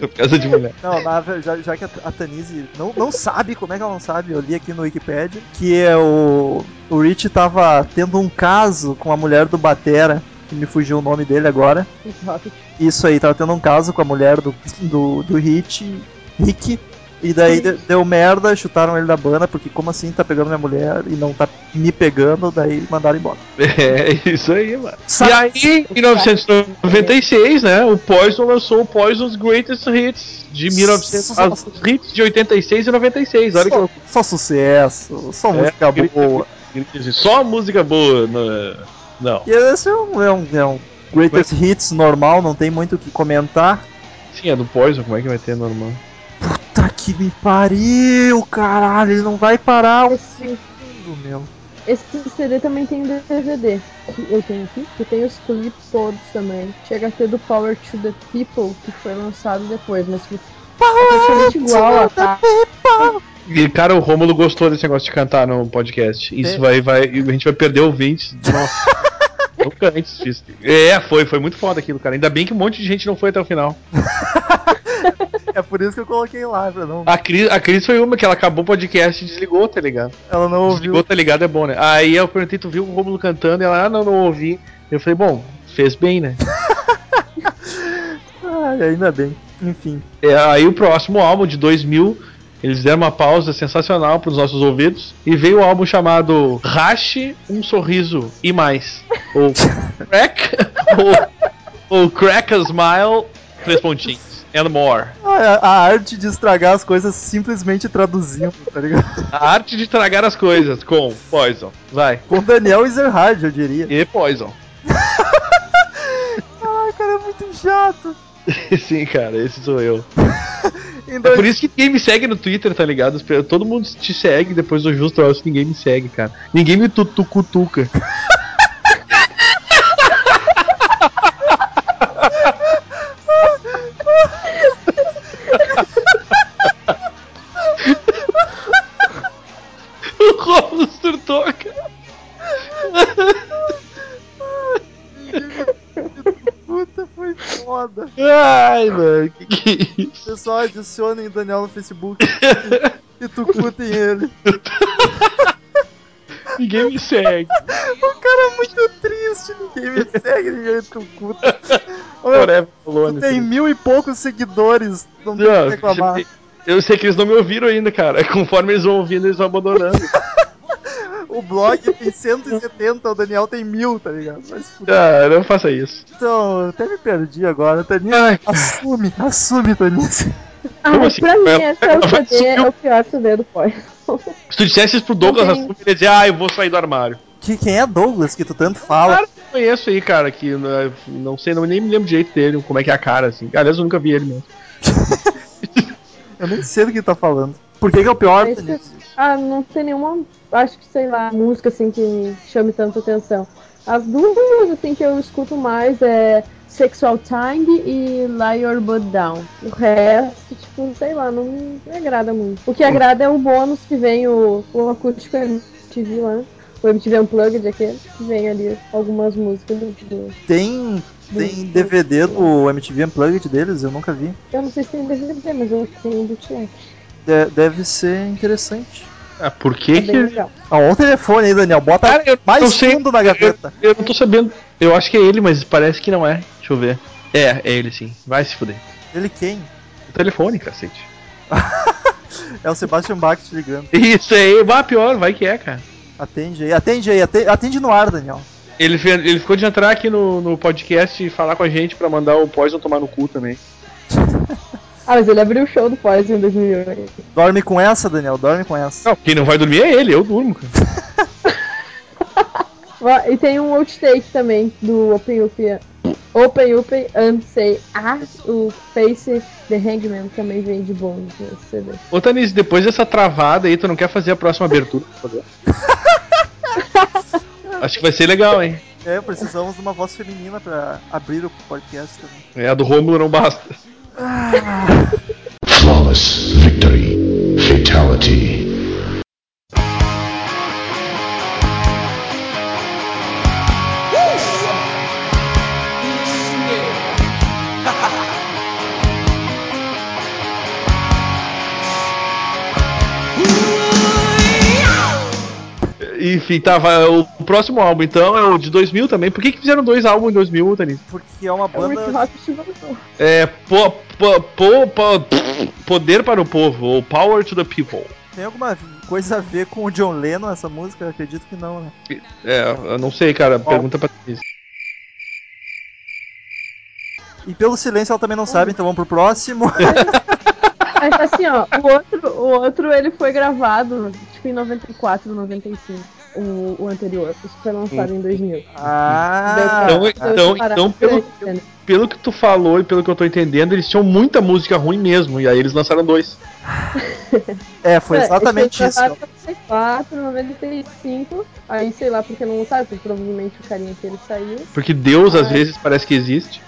Por causa de mulher.
Não, na ver- já, já que a, a Tanise não, não sabe, como é que ela não sabe? Eu li aqui no Wikipedia que é o, o Rich tava tendo um caso com a mulher do Batera, que me fugiu o nome dele agora.
Hip Hop
Isso aí, tava tendo um caso com a mulher do, do, do Hit, Rick. E daí de- deu merda, chutaram ele da banda, porque como assim tá pegando minha mulher e não tá me pegando, daí mandaram embora.
É isso aí, mano.
Sabe-
E aí, em 1996, né, o Poison lançou o Poison's Greatest Hits de 1900, as hits de 86 e 96. Olha que
só, só sucesso, só música
É, porque-
boa.
loucura. Só música boa. no- Não.
E esse é um, é um, é um Greatest Hits normal, não tem muito o que comentar.
Sim, é do Poison, como é que vai ter normal?
Puta Tá que me pariu, caralho, ele não vai parar um
Esse,
segundo, meu.
esse CD também tem DVD, que eu tenho aqui, que tem os clipes todos também. Chega a ter do Power to the People, que foi lançado depois, mas que é praticamente igual a tá.
E, cara, o Rômulo gostou desse negócio de cantar no podcast. Isso
É.
vai, vai. A gente vai perder ouvintes. Nossa. Nunca antes disso. É, foi, foi muito foda aquilo, cara. Ainda bem que um monte de gente não foi até o final.
É por isso que eu coloquei lá, pra não,
A Cris, a Cris foi uma que ela acabou o podcast e desligou, tá ligado?
ela não
Desligou,
ouviu.
tá ligado? É bom, né? Aí eu perguntei, tu viu o Rômulo cantando? E ela, ah, não, não ouvi. Eu falei, bom, fez bem, né?
Ai, ainda bem. Enfim.
É, aí o próximo álbum de 2000, eles deram uma pausa sensacional pros nossos ouvidos e veio o álbum chamado Rache um sorriso e mais, ou Crack, ou, ou Crack a Smile, três pontinhos. And more.
Ah, A, a arte de estragar as coisas simplesmente traduzindo, tá ligado?
A arte de tragar as coisas com Poison. Vai.
Com Daniel Ezerhard, eu diria.
E Poison.
Ai, cara, é muito chato.
Sim, cara, esse sou eu.
Em
É
dois-
por isso que ninguém me segue no Twitter, tá ligado? Todo mundo te segue depois do Justo Elcio, ninguém me segue, cara. Ninguém me tutucutuca. o Romulo surtou, cara.
Puta, foi foda.
Ai, mano, que que é isso?
Pessoal, adicionem Daniel no Facebook e tucutem ele.
Ninguém me segue.
O cara é muito triste, ninguém me segue, ninguém tucuta. Ô, meu,
Forever Alone,
tu
tá
tem
ligado?
mil e poucos seguidores, não tem o
Não, tipo,
que reclamar.
Eu sei que eles não me ouviram ainda, cara. Conforme eles vão ouvindo, eles vão abandonando.
O blog tem 170, o Daniel tem mil, tá ligado? Mas, fuder.
ah, não faça isso.
então, eu até me perdi agora, Tanis.
Ai,
Assume, assume, Tanis.
Ah,
Como assim?
pra mim,
Ela-
esse é
ela
o
vai
CD,
subir o-
é o pior CD do Poison.
se tu dissesse isso pro Douglas,
Não tem.
ele ia dizer, ah, eu vou sair do armário.
Que, quem é Douglas que tu tanto fala?
conheço aí, cara, que né, não sei, não, nem me lembro direito dele, como é que é a cara, assim. Aliás, eu nunca vi ele mesmo.
Eu nem sei do que tá falando. Por que, que é o pior?
É isso que-
Vinícius?
Ah, não tem nenhuma, acho que sei lá, música assim que me chame tanto atenção. As duas assim que eu escuto mais é Sexual Time e Lie Your Butt Down. O resto, tipo, sei lá, não me agrada muito. O que agrada é o bônus que vem o, o acústico MTV lá, né? o MTV Unplugged aquele, que vem ali algumas músicas do, do-
Tem, tem DVD do MTV Unplugged deles? Eu nunca vi.
Eu não sei se tem DVD, mas eu tenho o bootleg.
De- deve ser interessante.
Ah, por
É
que que...
bem legal.
Ah, um telefone aí, Daniel. Bota
Cara, eu não
mais
sei.
fundo na gaveta.
Eu não tô sabendo. Eu acho que é ele, mas parece que não é. Deixa eu ver. É, é ele sim. Vai se fuder.
Ele quem?
O telefone, cacete.
É o Sebastian Bach te ligando.
Isso aí, vai pior, vai que é, cara.
Atende aí, atende aí, ate- atende no ar, Daniel.
Ele, fe- ele ficou de entrar aqui no, no podcast e falar com a gente pra mandar o Poison tomar no cu também.
Ah, mas ele abriu o show do Poison em 2008.
Dorme com essa, Daniel, dorme com essa.
Não, quem não vai dormir é ele, eu durmo, cara.
Ó, E tem um outtake também do Open Up. Open Up and Say Ah, o Face The Hangman também vem de bônus nesse CD.
Ô, Tanis, depois dessa travada aí, tu não quer fazer a próxima abertura? por favor? Acho que vai ser legal, hein?
É, precisamos de uma voz feminina pra abrir o podcast também.
É, a do Rômulo não basta.
Flawless victory. Fatality.
Enfim, tava. o próximo álbum, então, é o de 2000 também. Por que, que fizeram dois álbuns em 2000, Tanis?
Porque é uma
É o Rick
banda.
Rock te voltou.
É. Po, po, po- po- poder para o povo, ou Power to the People.
Tem alguma coisa a ver com o John Lennon essa música? Eu acredito que não, né?
É, eu não sei, cara. Pergunta pra Tanis.
E pelo silêncio ela também não sabe, então vamos pro próximo.
Mas assim, ó, o outro, o outro ele foi gravado tipo em 94, 95. O, o anterior, isso foi lançado em 2000.
Hum. ah,
Então,
Então,
então,
parado
então
por
pelo,
aí, né?
pelo que tu falou e pelo que eu tô entendendo, eles tinham muita música ruim mesmo. E aí eles lançaram dois.
é, foi exatamente
Esse
isso.
foi gravado em 94, 95. Aí sei lá porque não sabe, porque provavelmente o carinha que ele saiu.
Porque Deus às
Ai.
vezes parece que existe.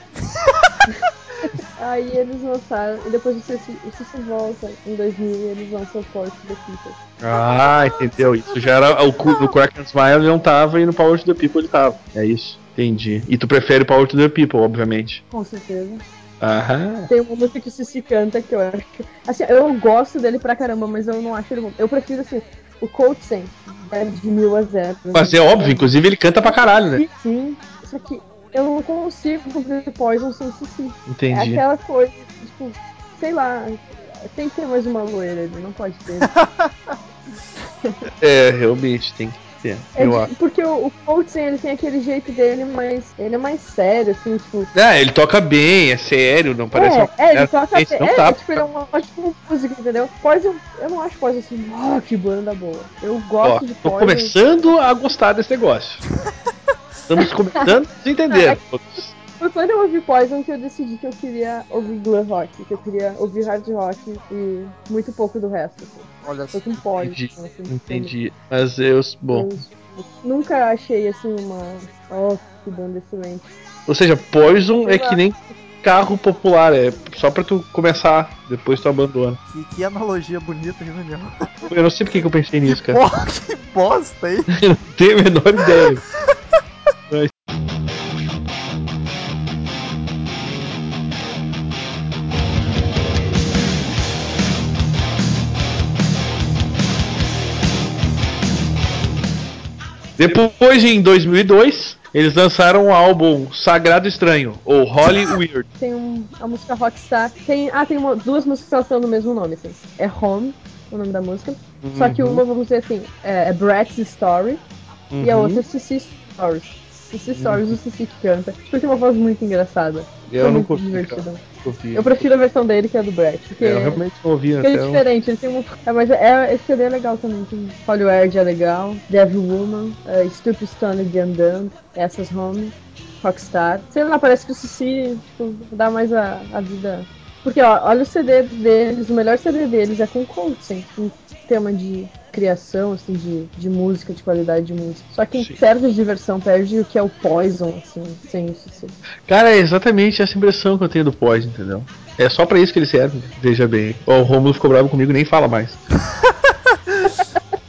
Aí eles lançaram, e depois o Cício, o Cício volta em 2000 e eles lançam o Forte do People.
Ah, entendeu? Isso já era. O, cu- no Crack and Smile ele não tava e no Power to the People ele tava. É isso. Entendi. E tu prefere o Power to the People, obviamente.
Com certeza.
Aham.
Tem uma música que o Cici canta que eu acho. que- Assim, eu gosto dele pra caramba, mas eu não acho ele bom. Eu prefiro, assim, o Coltsen, né, de mil a zero.
Mas é óbvio, inclusive ele canta pra caralho, né?
Sim, Sim, só que eu não consigo ver Poison sem Cici. É
Entendi.
aquela coisa, tipo, sei lá, tem que ter mais uma loira ali, não pode ter.
É, realmente, tem que ter.
É
eu
de-
acho.
porque o, o Coltsen, ele tem aquele jeito dele, mas ele é mais sério, assim, tipo...
É, ele toca bem, é sério, não parece. uma-
é, é, ele toca
esse
bem.
não
é,
tá.
tipo, ele é um ótimo músico, entendeu? Poison, eu não acho Poison assim, ó, que banda boa. Eu gosto
Ó,
de
tô
Poison.
começando a gostar desse negócio. Estamos começando a se
é
entender. todos.
Foi quando eu ouvi Poison que eu decidi que eu queria ouvir glam rock, que eu queria ouvir hard rock e muito pouco do resto. Assim.
Olha só.
Foi com Poison.
Entendi,
assim,
Entendi. Mas eu. Bom.
eu nunca achei, assim, uma... Oh, que banda excelente.
Ou seja, Poison é
Sei lá.
que nem carro popular, é só pra tu começar, depois tu abandona.
Que, que analogia bonita aí, Daniel.
Eu não sei porque que eu pensei nisso, cara.
Porra, que bosta aí.
Eu não tenho a menor ideia. Depois, em 2002, eles lançaram o álbum Sagrado Estranho, ou Holy Weird.
Tem um, a música Rockstar. Tem, ah, tem uma- duas músicas que elas têm o mesmo nome, assim. É Home, o nome da música.
Uhum. Uhum.
Só que uma, vamos dizer assim, é, é Brett's Story e a outra é Sissy's Stories. os stories do Cici que canta. Tipo, tem uma voz muito engraçada.
Eu
é
não
muito
curti.
divertido.
cara, não curti. É,
Eu prefiro a versão dele que a do Brett. Porque
Eu realmente não ouvi
porque
até.
ele é diferente, ele tem um. É, mas é, esse CD é legal também. Tem Hollywood é legal, Devil Woman, é, Stupid Stone Again Dumb, Essas Home, Rockstar. Sei lá, parece que o Cici tipo, dá mais a, a vida. Porque ó, olha o CD deles, o melhor CD deles é com Colson, em tema de criação, assim, de, de música, de qualidade de música. Só que
Sim.
perde de versão, perde o que é o Poison, assim, sem o Cici.
Cara, é exatamente essa impressão que eu tenho do pós, entendeu? É só pra isso que ele serve, veja bem. Ó, o Romulo ficou bravo comigo nem fala mais.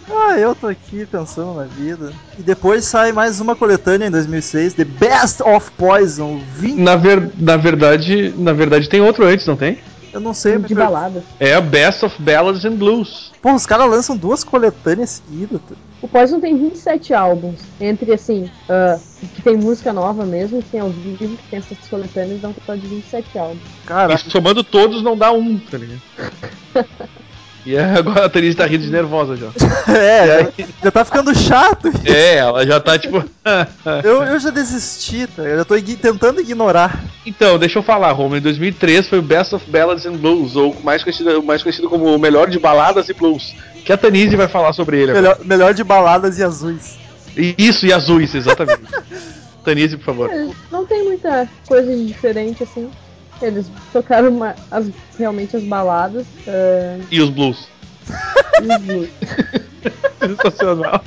Ah, eu tô aqui pensando na vida. E depois sai mais uma coletânea em 2006, The Best of Poison 20.
Na, ver, na verdade, na verdade tem outro antes, não tem?
Eu não sei,
De
mas-
balada.
É Best of Ballads and Blues.
Pô, os caras lançam duas coletâneas seguidas. tá?
O Poison tem 27 álbuns, entre assim, ah, que tem música nova mesmo, que tem ao vivo, que tem essas coletâneas, dá um total de 27 álbuns.
Cara,
E somando todos não dá um, tá ligado? E agora a Therese tá rindo de nervosa já.
é, já tá ficando chato.
É, ela já tá tipo.
Eu, eu já desisti, tá? Eu já tô igui- tentando ignorar.
então, deixa eu falar, Romulo. Em 2003 foi o Best of Ballads and Blues, ou mais conhecido, mais conhecido como o melhor de baladas e blues. Que a Tanise vai falar sobre ele agora.
Melhor, melhor de baladas e azuis.
Isso, e azuis, exatamente. Tanise, por favor.
Mas É, Não tem muita coisa de diferente, assim. Eles tocaram uma- as- realmente as baladas. ah,
E os blues.
e os blues.
Sensacional.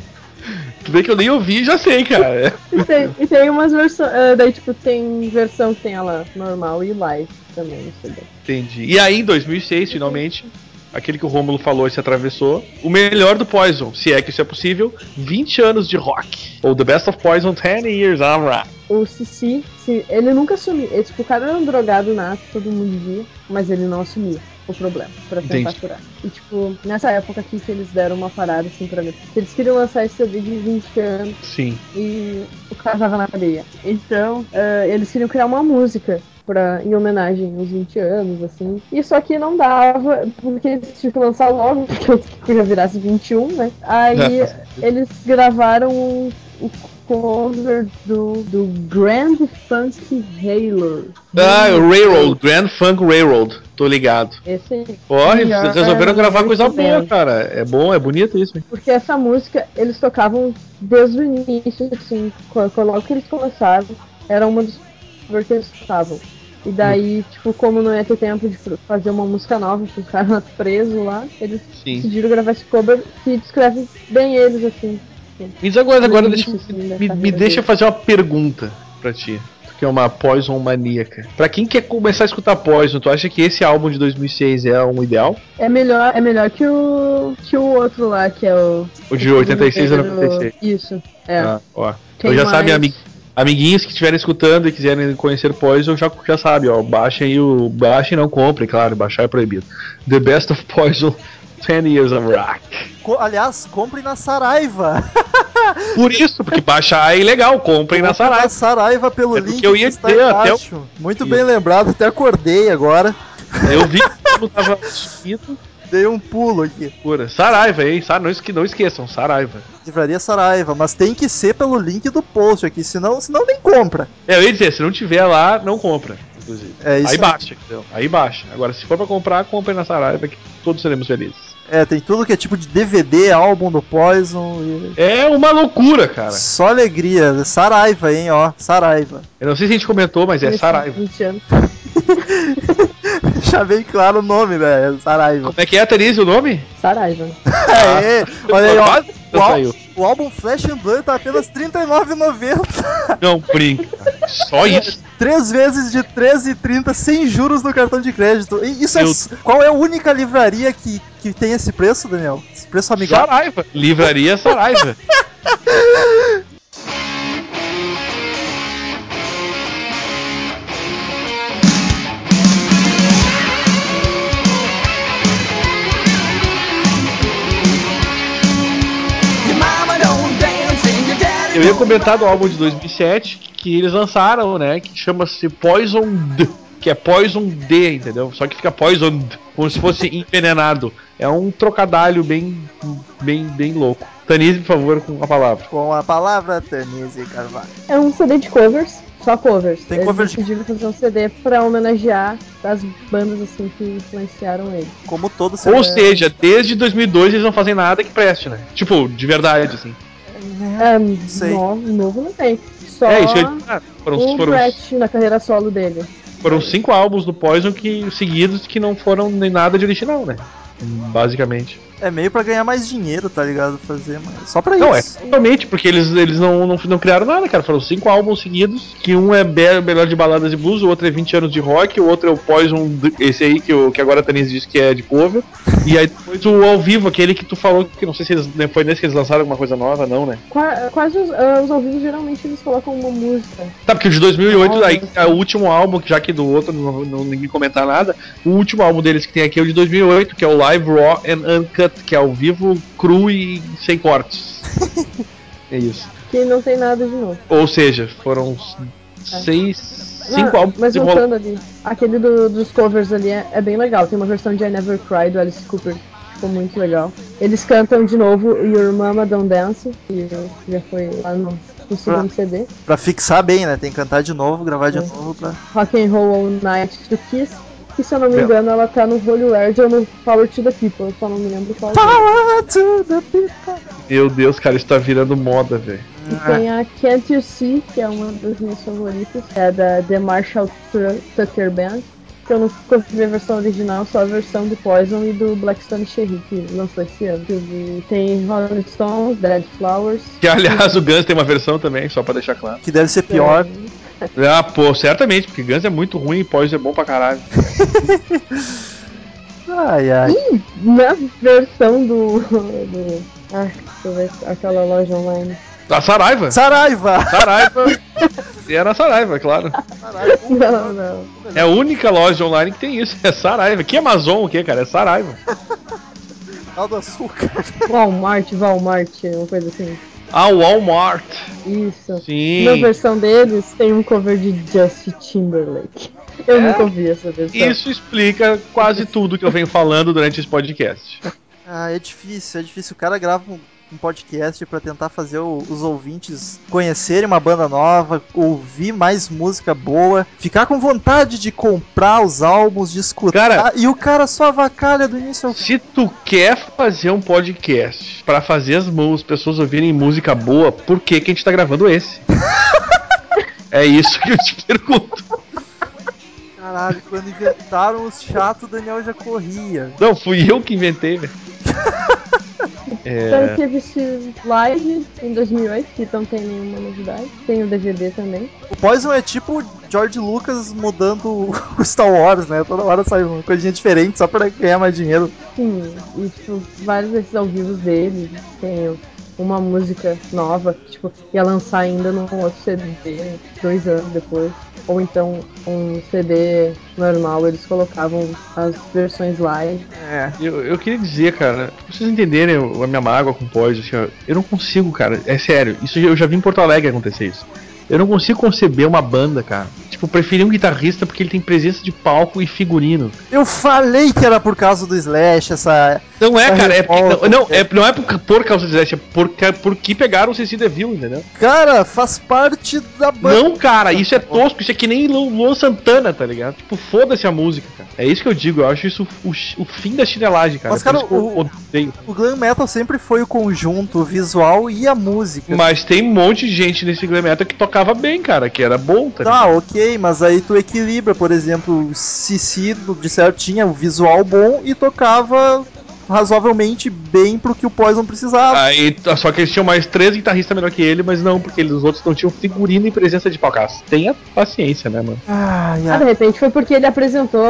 Tudo bem que eu nem ouvi e já sei, cara. É.
e, tem, e tem umas versões. ah, daí, tipo, tem versão que tem ela normal e live também, não sei bem.
Entendi. E aí, em 2006, finalmente, aquele que o Rômulo falou e se atravessou, o melhor do Poison, se é que isso é possível, 20 anos de rock. Ou The Best of Poison, 10 Years of Rock.
O Cici, se- ele nunca assumiu. Ele, tipo, o cara era um drogado nato, todo mundo via, mas ele não assumia o problema pra tentar
Entendi.
curar. E, tipo, nessa época aqui que eles deram uma parada, assim, pra ver. Porque eles queriam lançar esse CD de 20 anos
Sim.
e o cara tava na cadeia. Então, eh, eles queriam criar uma música. Pra, em homenagem aos 20 anos, assim. E só que não dava, porque eles tinham que lançar logo, porque eu já virasse 21, né? Aí eles gravaram o, o cover do, do Grand Funk Halo.
Ah, o Railroad, Grand Funk Railroad. Tô ligado.
Esse aí.
Ó, eles
Melhor
resolveram gravar coisa
versão.
boa, cara. É bom, é bonito isso, hein?
Porque essa música eles tocavam desde o início, assim, co- co- logo que eles começaram, era uma dos covers que eles tocavam. E
Hum.
daí, tipo, como não ia ter tempo de fr- fazer uma música nova, que o cara preso lá, eles
Sim.
decidiram gravar esse cover que descreve bem eles, assim.
Me diz agora, agora
No
deixa,
início, assim, da
me, me
carreira
deixa
deles.
fazer uma pergunta pra ti. tu Que é uma Poison maníaca. Pra quem quer começar a escutar Poison, tu acha que esse álbum de 2006 é um ideal?
É melhor, é melhor que o que o outro lá, que é o.
O de 86 a
o-
96.
Isso, é.
Ah, ó.
Tem
Então já
mais.
sabe, ami- amiguinhos que estiverem escutando e quiserem conhecer Poison, já, já sabe, ó. Baixem o. Baixem não comprem, claro, baixar é proibido. The Best of Poison 10 Years of Rock.
Co- aliás, comprem na Saraiva.
Por isso, porque baixar é ilegal, comprem na Saraiva.
Saraiva pelo
É do
link
que eu ia dizer, até
Muito
Isso.
bem lembrado, até acordei agora.
Eu vi que eu tava sumido.
Dei um pulo aqui.
Pura. Saraiva, hein? Sa- Não, esque- não esqueçam, Saraiva.
Livraria Saraiva, mas tem que ser pelo link do post aqui, senão, senão nem compra.
É, eu ia dizer, se não tiver lá, não compra, inclusive.
É isso.
Aí baixa, entendeu? Aí baixa. Agora, se for pra comprar, compre na Saraiva que todos seremos felizes.
É, tem tudo que é tipo de DVD, álbum do Poison e.
É uma loucura, cara.
Só alegria. Saraiva, hein, ó. Saraiva.
Eu não sei se a gente comentou, mas é
Esse
Saraiva.
20 anos.
Já bem claro o nome, né? É Saraiva.
Como é que é, Therese, o nome?
Saraiva. né?
Tá.
É, olha aí, ó.
Quase
O,
não
ál-
saiu.
o álbum Flash and Blood tá apenas R$ 39,90.
Não brinca. Só isso.
Três vezes de 13,30 sem juros no cartão de crédito. E isso é.
Meu-
s- Qual é a única livraria que, que tem esse preço, Daniel? Esse preço amigável?
Saraiva. Livraria Saraiva.
Your mama don't dance and your daddy
Eu ia
don't
comentar do álbum de 2007 que eles lançaram, né? Que chama-se Poison D. que é Poison D, entendeu? Só que fica Poisoned, como se fosse envenenado. É um trocadalho bem, bem, bem louco. Tanise, por favor, com a palavra.
Com a palavra, Tanise Carvalho.
É um CD de covers, só covers.
Tem
Eles
cover de-
decidiram fazer um CD pra homenagear as bandas assim que influenciaram ele.
Como todo ser
Ou seja, desde 2002 eles não fazem nada que preste, né? Tipo, de verdade, assim.
É,
Sei.
no- novo não tem. Só um
É, isso eu... ah, foram,
o
foram,
Brett na carreira solo dele.
foram cinco álbuns do Poison que, seguidos que não foram nem nada de original, né? Basicamente.
é meio pra ganhar mais dinheiro, tá ligado? Fazer, mano. Só pra
Não, é
isso.
totalmente, porque eles, eles não, não, não criaram nada, cara. Foram cinco álbuns seguidos, que um é be- melhor de baladas e blues, o outro é 20 anos de rock, o outro é o Poison, d- esse aí que, o, que agora a Tanis disse que é de cover. E aí depois o ao vivo, aquele que tu falou, que não sei se eles, né, foi nesse que eles lançaram alguma coisa nova, não, né?
Qua- Quase os, ah, os ouvintes geralmente eles colocam uma música.
Tá, porque o de 2008,
Nossa.
aí, é o último álbum, que já que do outro não, não ninguém comentar nada, o último álbum deles que tem aqui é o de 2008, que é o Live Raw and Uncut, que é ao vivo, cru e sem cortes. é isso.
Que não tem nada de novo.
Ou seja, foram s- seis, cinco
Ah,
álbuns
É. Mas
que rolam.
voltando ali, aquele do- dos covers ali é, é bem legal. Tem uma versão de I Never Cry do Alice Cooper, que ficou muito legal. Eles cantam de novo Your Mama Don't Dance, que já foi lá no, no segundo CD.
Pra fixar bem, né? Tem que cantar de novo, gravar de novo pra.
Rock and Roll All Night do Kiss. Que se eu não me
Bela.
engano, ela tá no Holy Word ou no Power to the People, eu só não me lembro qual. é.
Power to the people.
Meu Deus, cara, isso tá virando moda, velho.
E tem a Can't You See, que é uma das minhas favoritas, que é da The Marshall Tru- Tucker Band. Que eu não consegui ver a versão original, só a versão do Poison e do Blackstone Cherry, que lançou esse ano. Que eu vi. Tem Rolling Stones, Dead Flowers.
Que aliás o Guns tem uma versão também, só pra deixar claro.
Que deve ser pior.
Ah, pô, certamente, porque Guns é muito ruim e Poison é bom pra caralho.
Ai, ai.
Ih, na versão do. do ah, deixa eu ver aquela loja online.
Da Saraiva!
Saraiva!
Saraiva! e era a Saraiva, claro.
Não, não.
É a única loja online que tem isso, é Saraiva. Que Amazon o quê, cara? É Saraiva.
Caldo açúcar.
Walmart, Walmart, uma coisa assim.
Ah, Walmart.
Isso. Na
Sim.
versão deles tem um cover de Justin Timberlake. Eu nunca ouvi essa versão.
É? Isso explica quase tudo que eu venho falando durante esse podcast.
Ah, é difícil, é difícil. O cara grava um, um podcast pra tentar fazer o- os ouvintes conhecerem uma banda nova, ouvir mais música boa, ficar com vontade de comprar os álbuns, de escutar.
Cara-
e o cara só avacalha do início ao fim.
Se tu quer fazer um podcast pra fazer as, mu- as pessoas ouvirem música boa, por que que a gente tá gravando esse? É isso que eu te pergunto.
Caralho, quando inventaram os chatos, o Daniel já corria.
Não, fui eu que inventei, velho.
Então
É,
teve esse live em 2008, que não tem nenhuma novidade. Tem o DVD também.
O Poison é tipo o George Lucas mudando o Star Wars, né? Toda hora sai uma coisinha diferente só pra ganhar mais dinheiro.
Sim, e tipo, vários desses ao vivo dele. Tem o- uma música nova, que, tipo, ia lançar ainda num outro CD dois anos depois. Ou então um CD normal, eles colocavam as versões live.
É.
Eu, eu queria dizer, cara, pra vocês entenderem o- a minha mágoa com o Poison, assim, ó, eu não consigo, cara, é sério, isso eu já vi em Porto Alegre acontecer isso. Eu não consigo conceber uma banda, cara. Tipo, preferir um guitarrista porque ele tem presença de palco e figurino.
Eu falei que era por causa do Slash, essa.
Não é,
Tá
cara, é porque-
revolta.
não, não, é, não é por, por causa do Slash, é por, ca- porque pegaram o CC DeVille, entendeu?
Cara, faz parte da banda.
Não, cara, isso é tosco, isso é que nem Lu- Luan Santana, tá ligado? Tipo, foda-se a música, cara. É isso que eu digo, eu acho isso o, chi- o fim da chinelagem, cara.
Mas,
É por
cara,
isso que eu
o-
odeio.
O glam metal sempre foi o conjunto, o visual e a música.
Mas tem um monte de gente nesse glam metal que tocava bem, cara, que era bom, tá ligado?
Tá, ok, mas aí tu equilibra, por exemplo, o Cici, do- de certo, tinha o visual bom e tocava razoavelmente bem pro que o Poison precisava.
Aí, t- só que eles tinham mais três guitarristas melhor que ele, mas não, porque eles, os outros não tinham figurino e presença de palcaço. Tenha paciência, né, mano?
Ai,
Ah, de
ai.
repente foi porque ele apresentou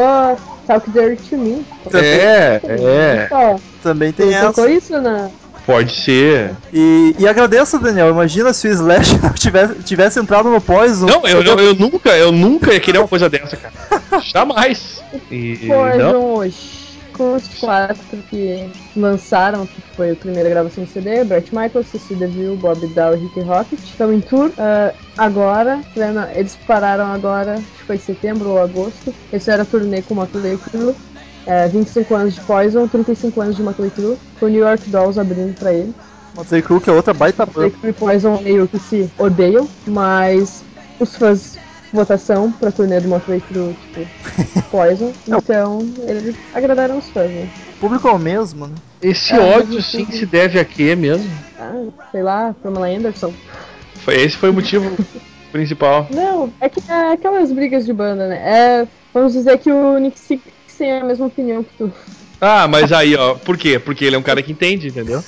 Talk Dirt to Me. Então,
É, é,
Só,
Também tem
ele tocou
essa.
isso na.
pode ser.
E, e agradeço, Daniel. Imagina se o Slash não tivesse, tivesse entrado no Poison.
Não, eu, eu, eu nunca, eu nunca ia querer uma coisa dessa, cara. Jamais. E, e
Poison
não,
hoje. com os quatro que lançaram, que foi a primeira gravação do CD, Brett Michaels, Cissy DeVille, Bob Dow e Rick Rocket, estão em tour. Ah, agora, né, não, eles pararam agora, acho que foi em setembro ou agosto, eles fizeram a turnê com uma turnê Crew, é, 25 anos de Poison, 35 anos de Motley Crue, com o New York Dolls abrindo pra eles.
Motley Crue que é outra baita banda.
Motley Crue e Poison é um meio que se odeiam, mas os fãs votação pra turnê do Motley Crue, tipo, Poison, então eles agradaram os fãs, né?
O público é o mesmo, né?
Esse
É,
ódio
mas
sim
isso-
se deve a quê mesmo?
Ah, sei lá, Pamela Anderson.
Foi, esse foi o motivo principal.
Não, é que é aquelas brigas de banda, né? É, vamos dizer que o Nick Six tem a mesma opinião que tu.
Ah, mas aí, ó, por quê? Porque ele é um cara que entende, entendeu?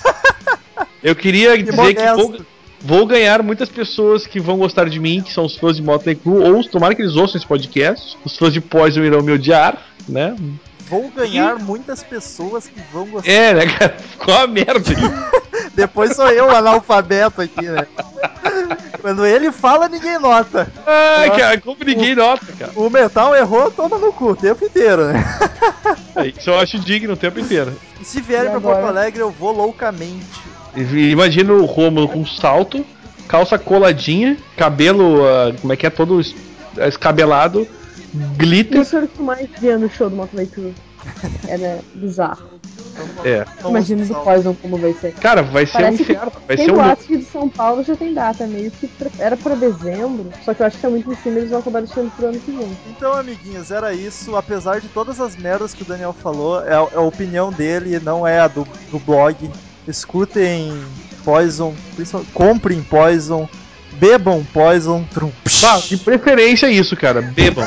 Eu queria dizer que
modesto.
vou, vou ganhar muitas pessoas que vão gostar de mim, que são os fãs de Motley Crue, ou tomara que eles ouçam esse podcast. Os fãs de Poison irão me odiar, né?
Vão ganhar muitas pessoas que vão gostar.
É, né, cara? Ficou a merda.
Depois sou eu, o analfabeto aqui, né? Quando ele fala, ninguém nota.
Ah,
Nossa.
cara, como ninguém nota, cara.
O metal errou, toma no cu o tempo inteiro, né?
É Isso eu acho digno o tempo inteiro.
E se vierem
E
pra
agora?
Porto Alegre, eu vou loucamente.
E- Imagina o Romulo com salto, calça coladinha, cabelo, ah, como é que é, todo es- escabelado, glitter.
Isso era o que eu mais via no show do Motley Crue. Era bizarro.
É.
Vamos
Imagina do
salvar.
Poison como vai ser.
Cara, vai ser um
Parece que
inferno. Vai
Tem
ser um.
boatos que de São Paulo já tem data, meio que pra- era pra dezembro, só que eu acho que tá muito em cima eles vão acabar deixando pro ano que vem.
Então, amiguinhos, era isso. Apesar de todas as merdas que o Daniel falou, é a, é a opinião dele, não é a do, do blog. Escutem Poison, principal- comprem Poison, bebam Poison. Trum, psh.
Ah, de preferência é isso, cara. Bebam.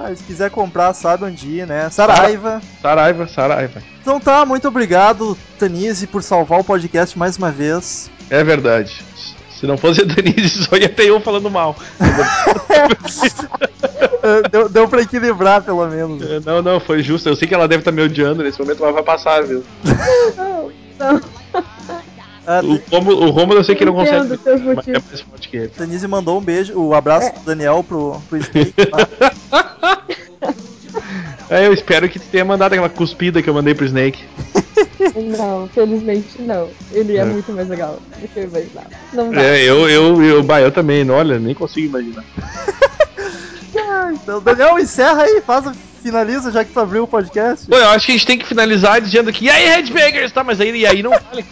Ah, se quiser comprar, sabe onde ir, né? Saraiva.
Saraiva, Saraiva.
Então tá, muito obrigado, Tanise, por salvar o podcast mais uma vez.
É verdade. Se não fosse a Denise, só ia ter eu falando mal.
Eh, deu, deu pra equilibrar, pelo menos.
Eh, Não, não, foi justo. Eu sei que ela deve estar me odiando nesse momento, mas vai passar, viu?
Não, não.
Ah,
O Romulo, o Romulo eu sei que não
Entendo
consegue.
seus
mas é
motivos.
mais forte que ele.
Tanise mandou um beijo, o abraço do Daniel pro, pro tá? Snake lá.
É, eu espero que tu tenha mandado aquela cuspida que eu mandei pro Snake.
Não, felizmente não. Ele é,
É.
muito mais legal do que eu imaginava. Não dá.
É, eu, eu, eu, bah, eu também, olha, nem consigo imaginar.
Então, Daniel, encerra aí, faz, o- finaliza já que tu abriu o podcast.
Bom, eu acho que a gente tem que finalizar dizendo que, e aí, Headbangers, tá, mas aí, e aí não vale.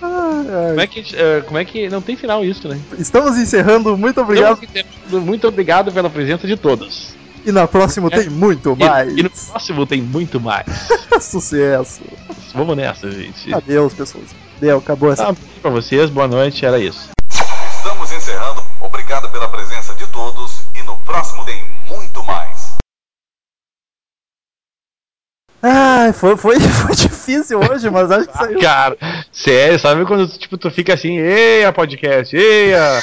Como é que, a gente- eh, como é que, não tem final isso, né?
Estamos encerrando, muito obrigado.
Então, Muito obrigado pela presença de todos.
E na próxima tem muito
E,
mais.
e no próximo tem muito mais.
Sucesso.
Vamos nessa, gente.
Adeus, pessoas. Deu, acabou essa.
Tá, um beijo pra vocês, boa noite, era isso.
Estamos encerrando. Obrigado pela presença de todos e no próximo tem muito mais.
Ai, foi, foi, foi difícil hoje, mas acho que saiu.
Cara, sério, sabe quando tipo, tu fica assim, eia, podcast, eia.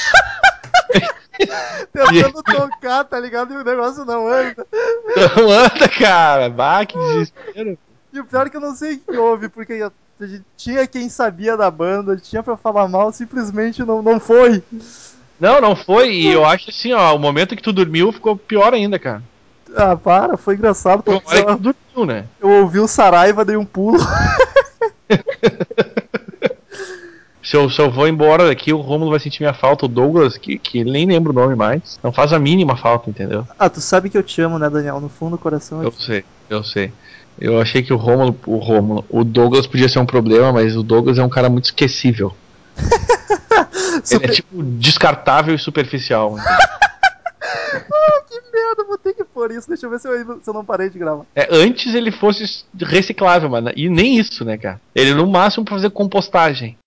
Tentando tocar, tá ligado? E o negócio não anda.
Não Então, anda, cara. Bah, que desespero.
E o pior é que eu não sei o que houve, porque a gente tinha quem sabia da banda, tinha pra falar mal, simplesmente não, não foi.
Não, não foi. E eu acho assim, ó, o momento que tu dormiu ficou pior ainda, cara.
Ah, para, foi engraçado.
Foi uma
Porque
hora que
eu,
tu dormiu, né?
eu ouvi o Saraiva, dei um pulo.
Se eu, se eu vou embora daqui, o Romulo vai sentir minha falta, o Douglas, que, que nem lembro o nome mais. Não faz a mínima falta, entendeu?
Ah, tu sabe que eu te amo, né, Daniel? No fundo do coração.
Eu sei, eu sei. Eu achei que o Romulo, o Romulo, o Douglas podia ser um problema, mas o Douglas é um cara muito esquecível. Ele é tipo descartável e superficial. entendeu?
Que merda, vou ter que pôr isso. Deixa eu ver se eu, ainda- se eu não parei de gravar.
É, antes ele fosse reciclável, mano. E nem isso, né, cara? Ele no máximo pra fazer compostagem.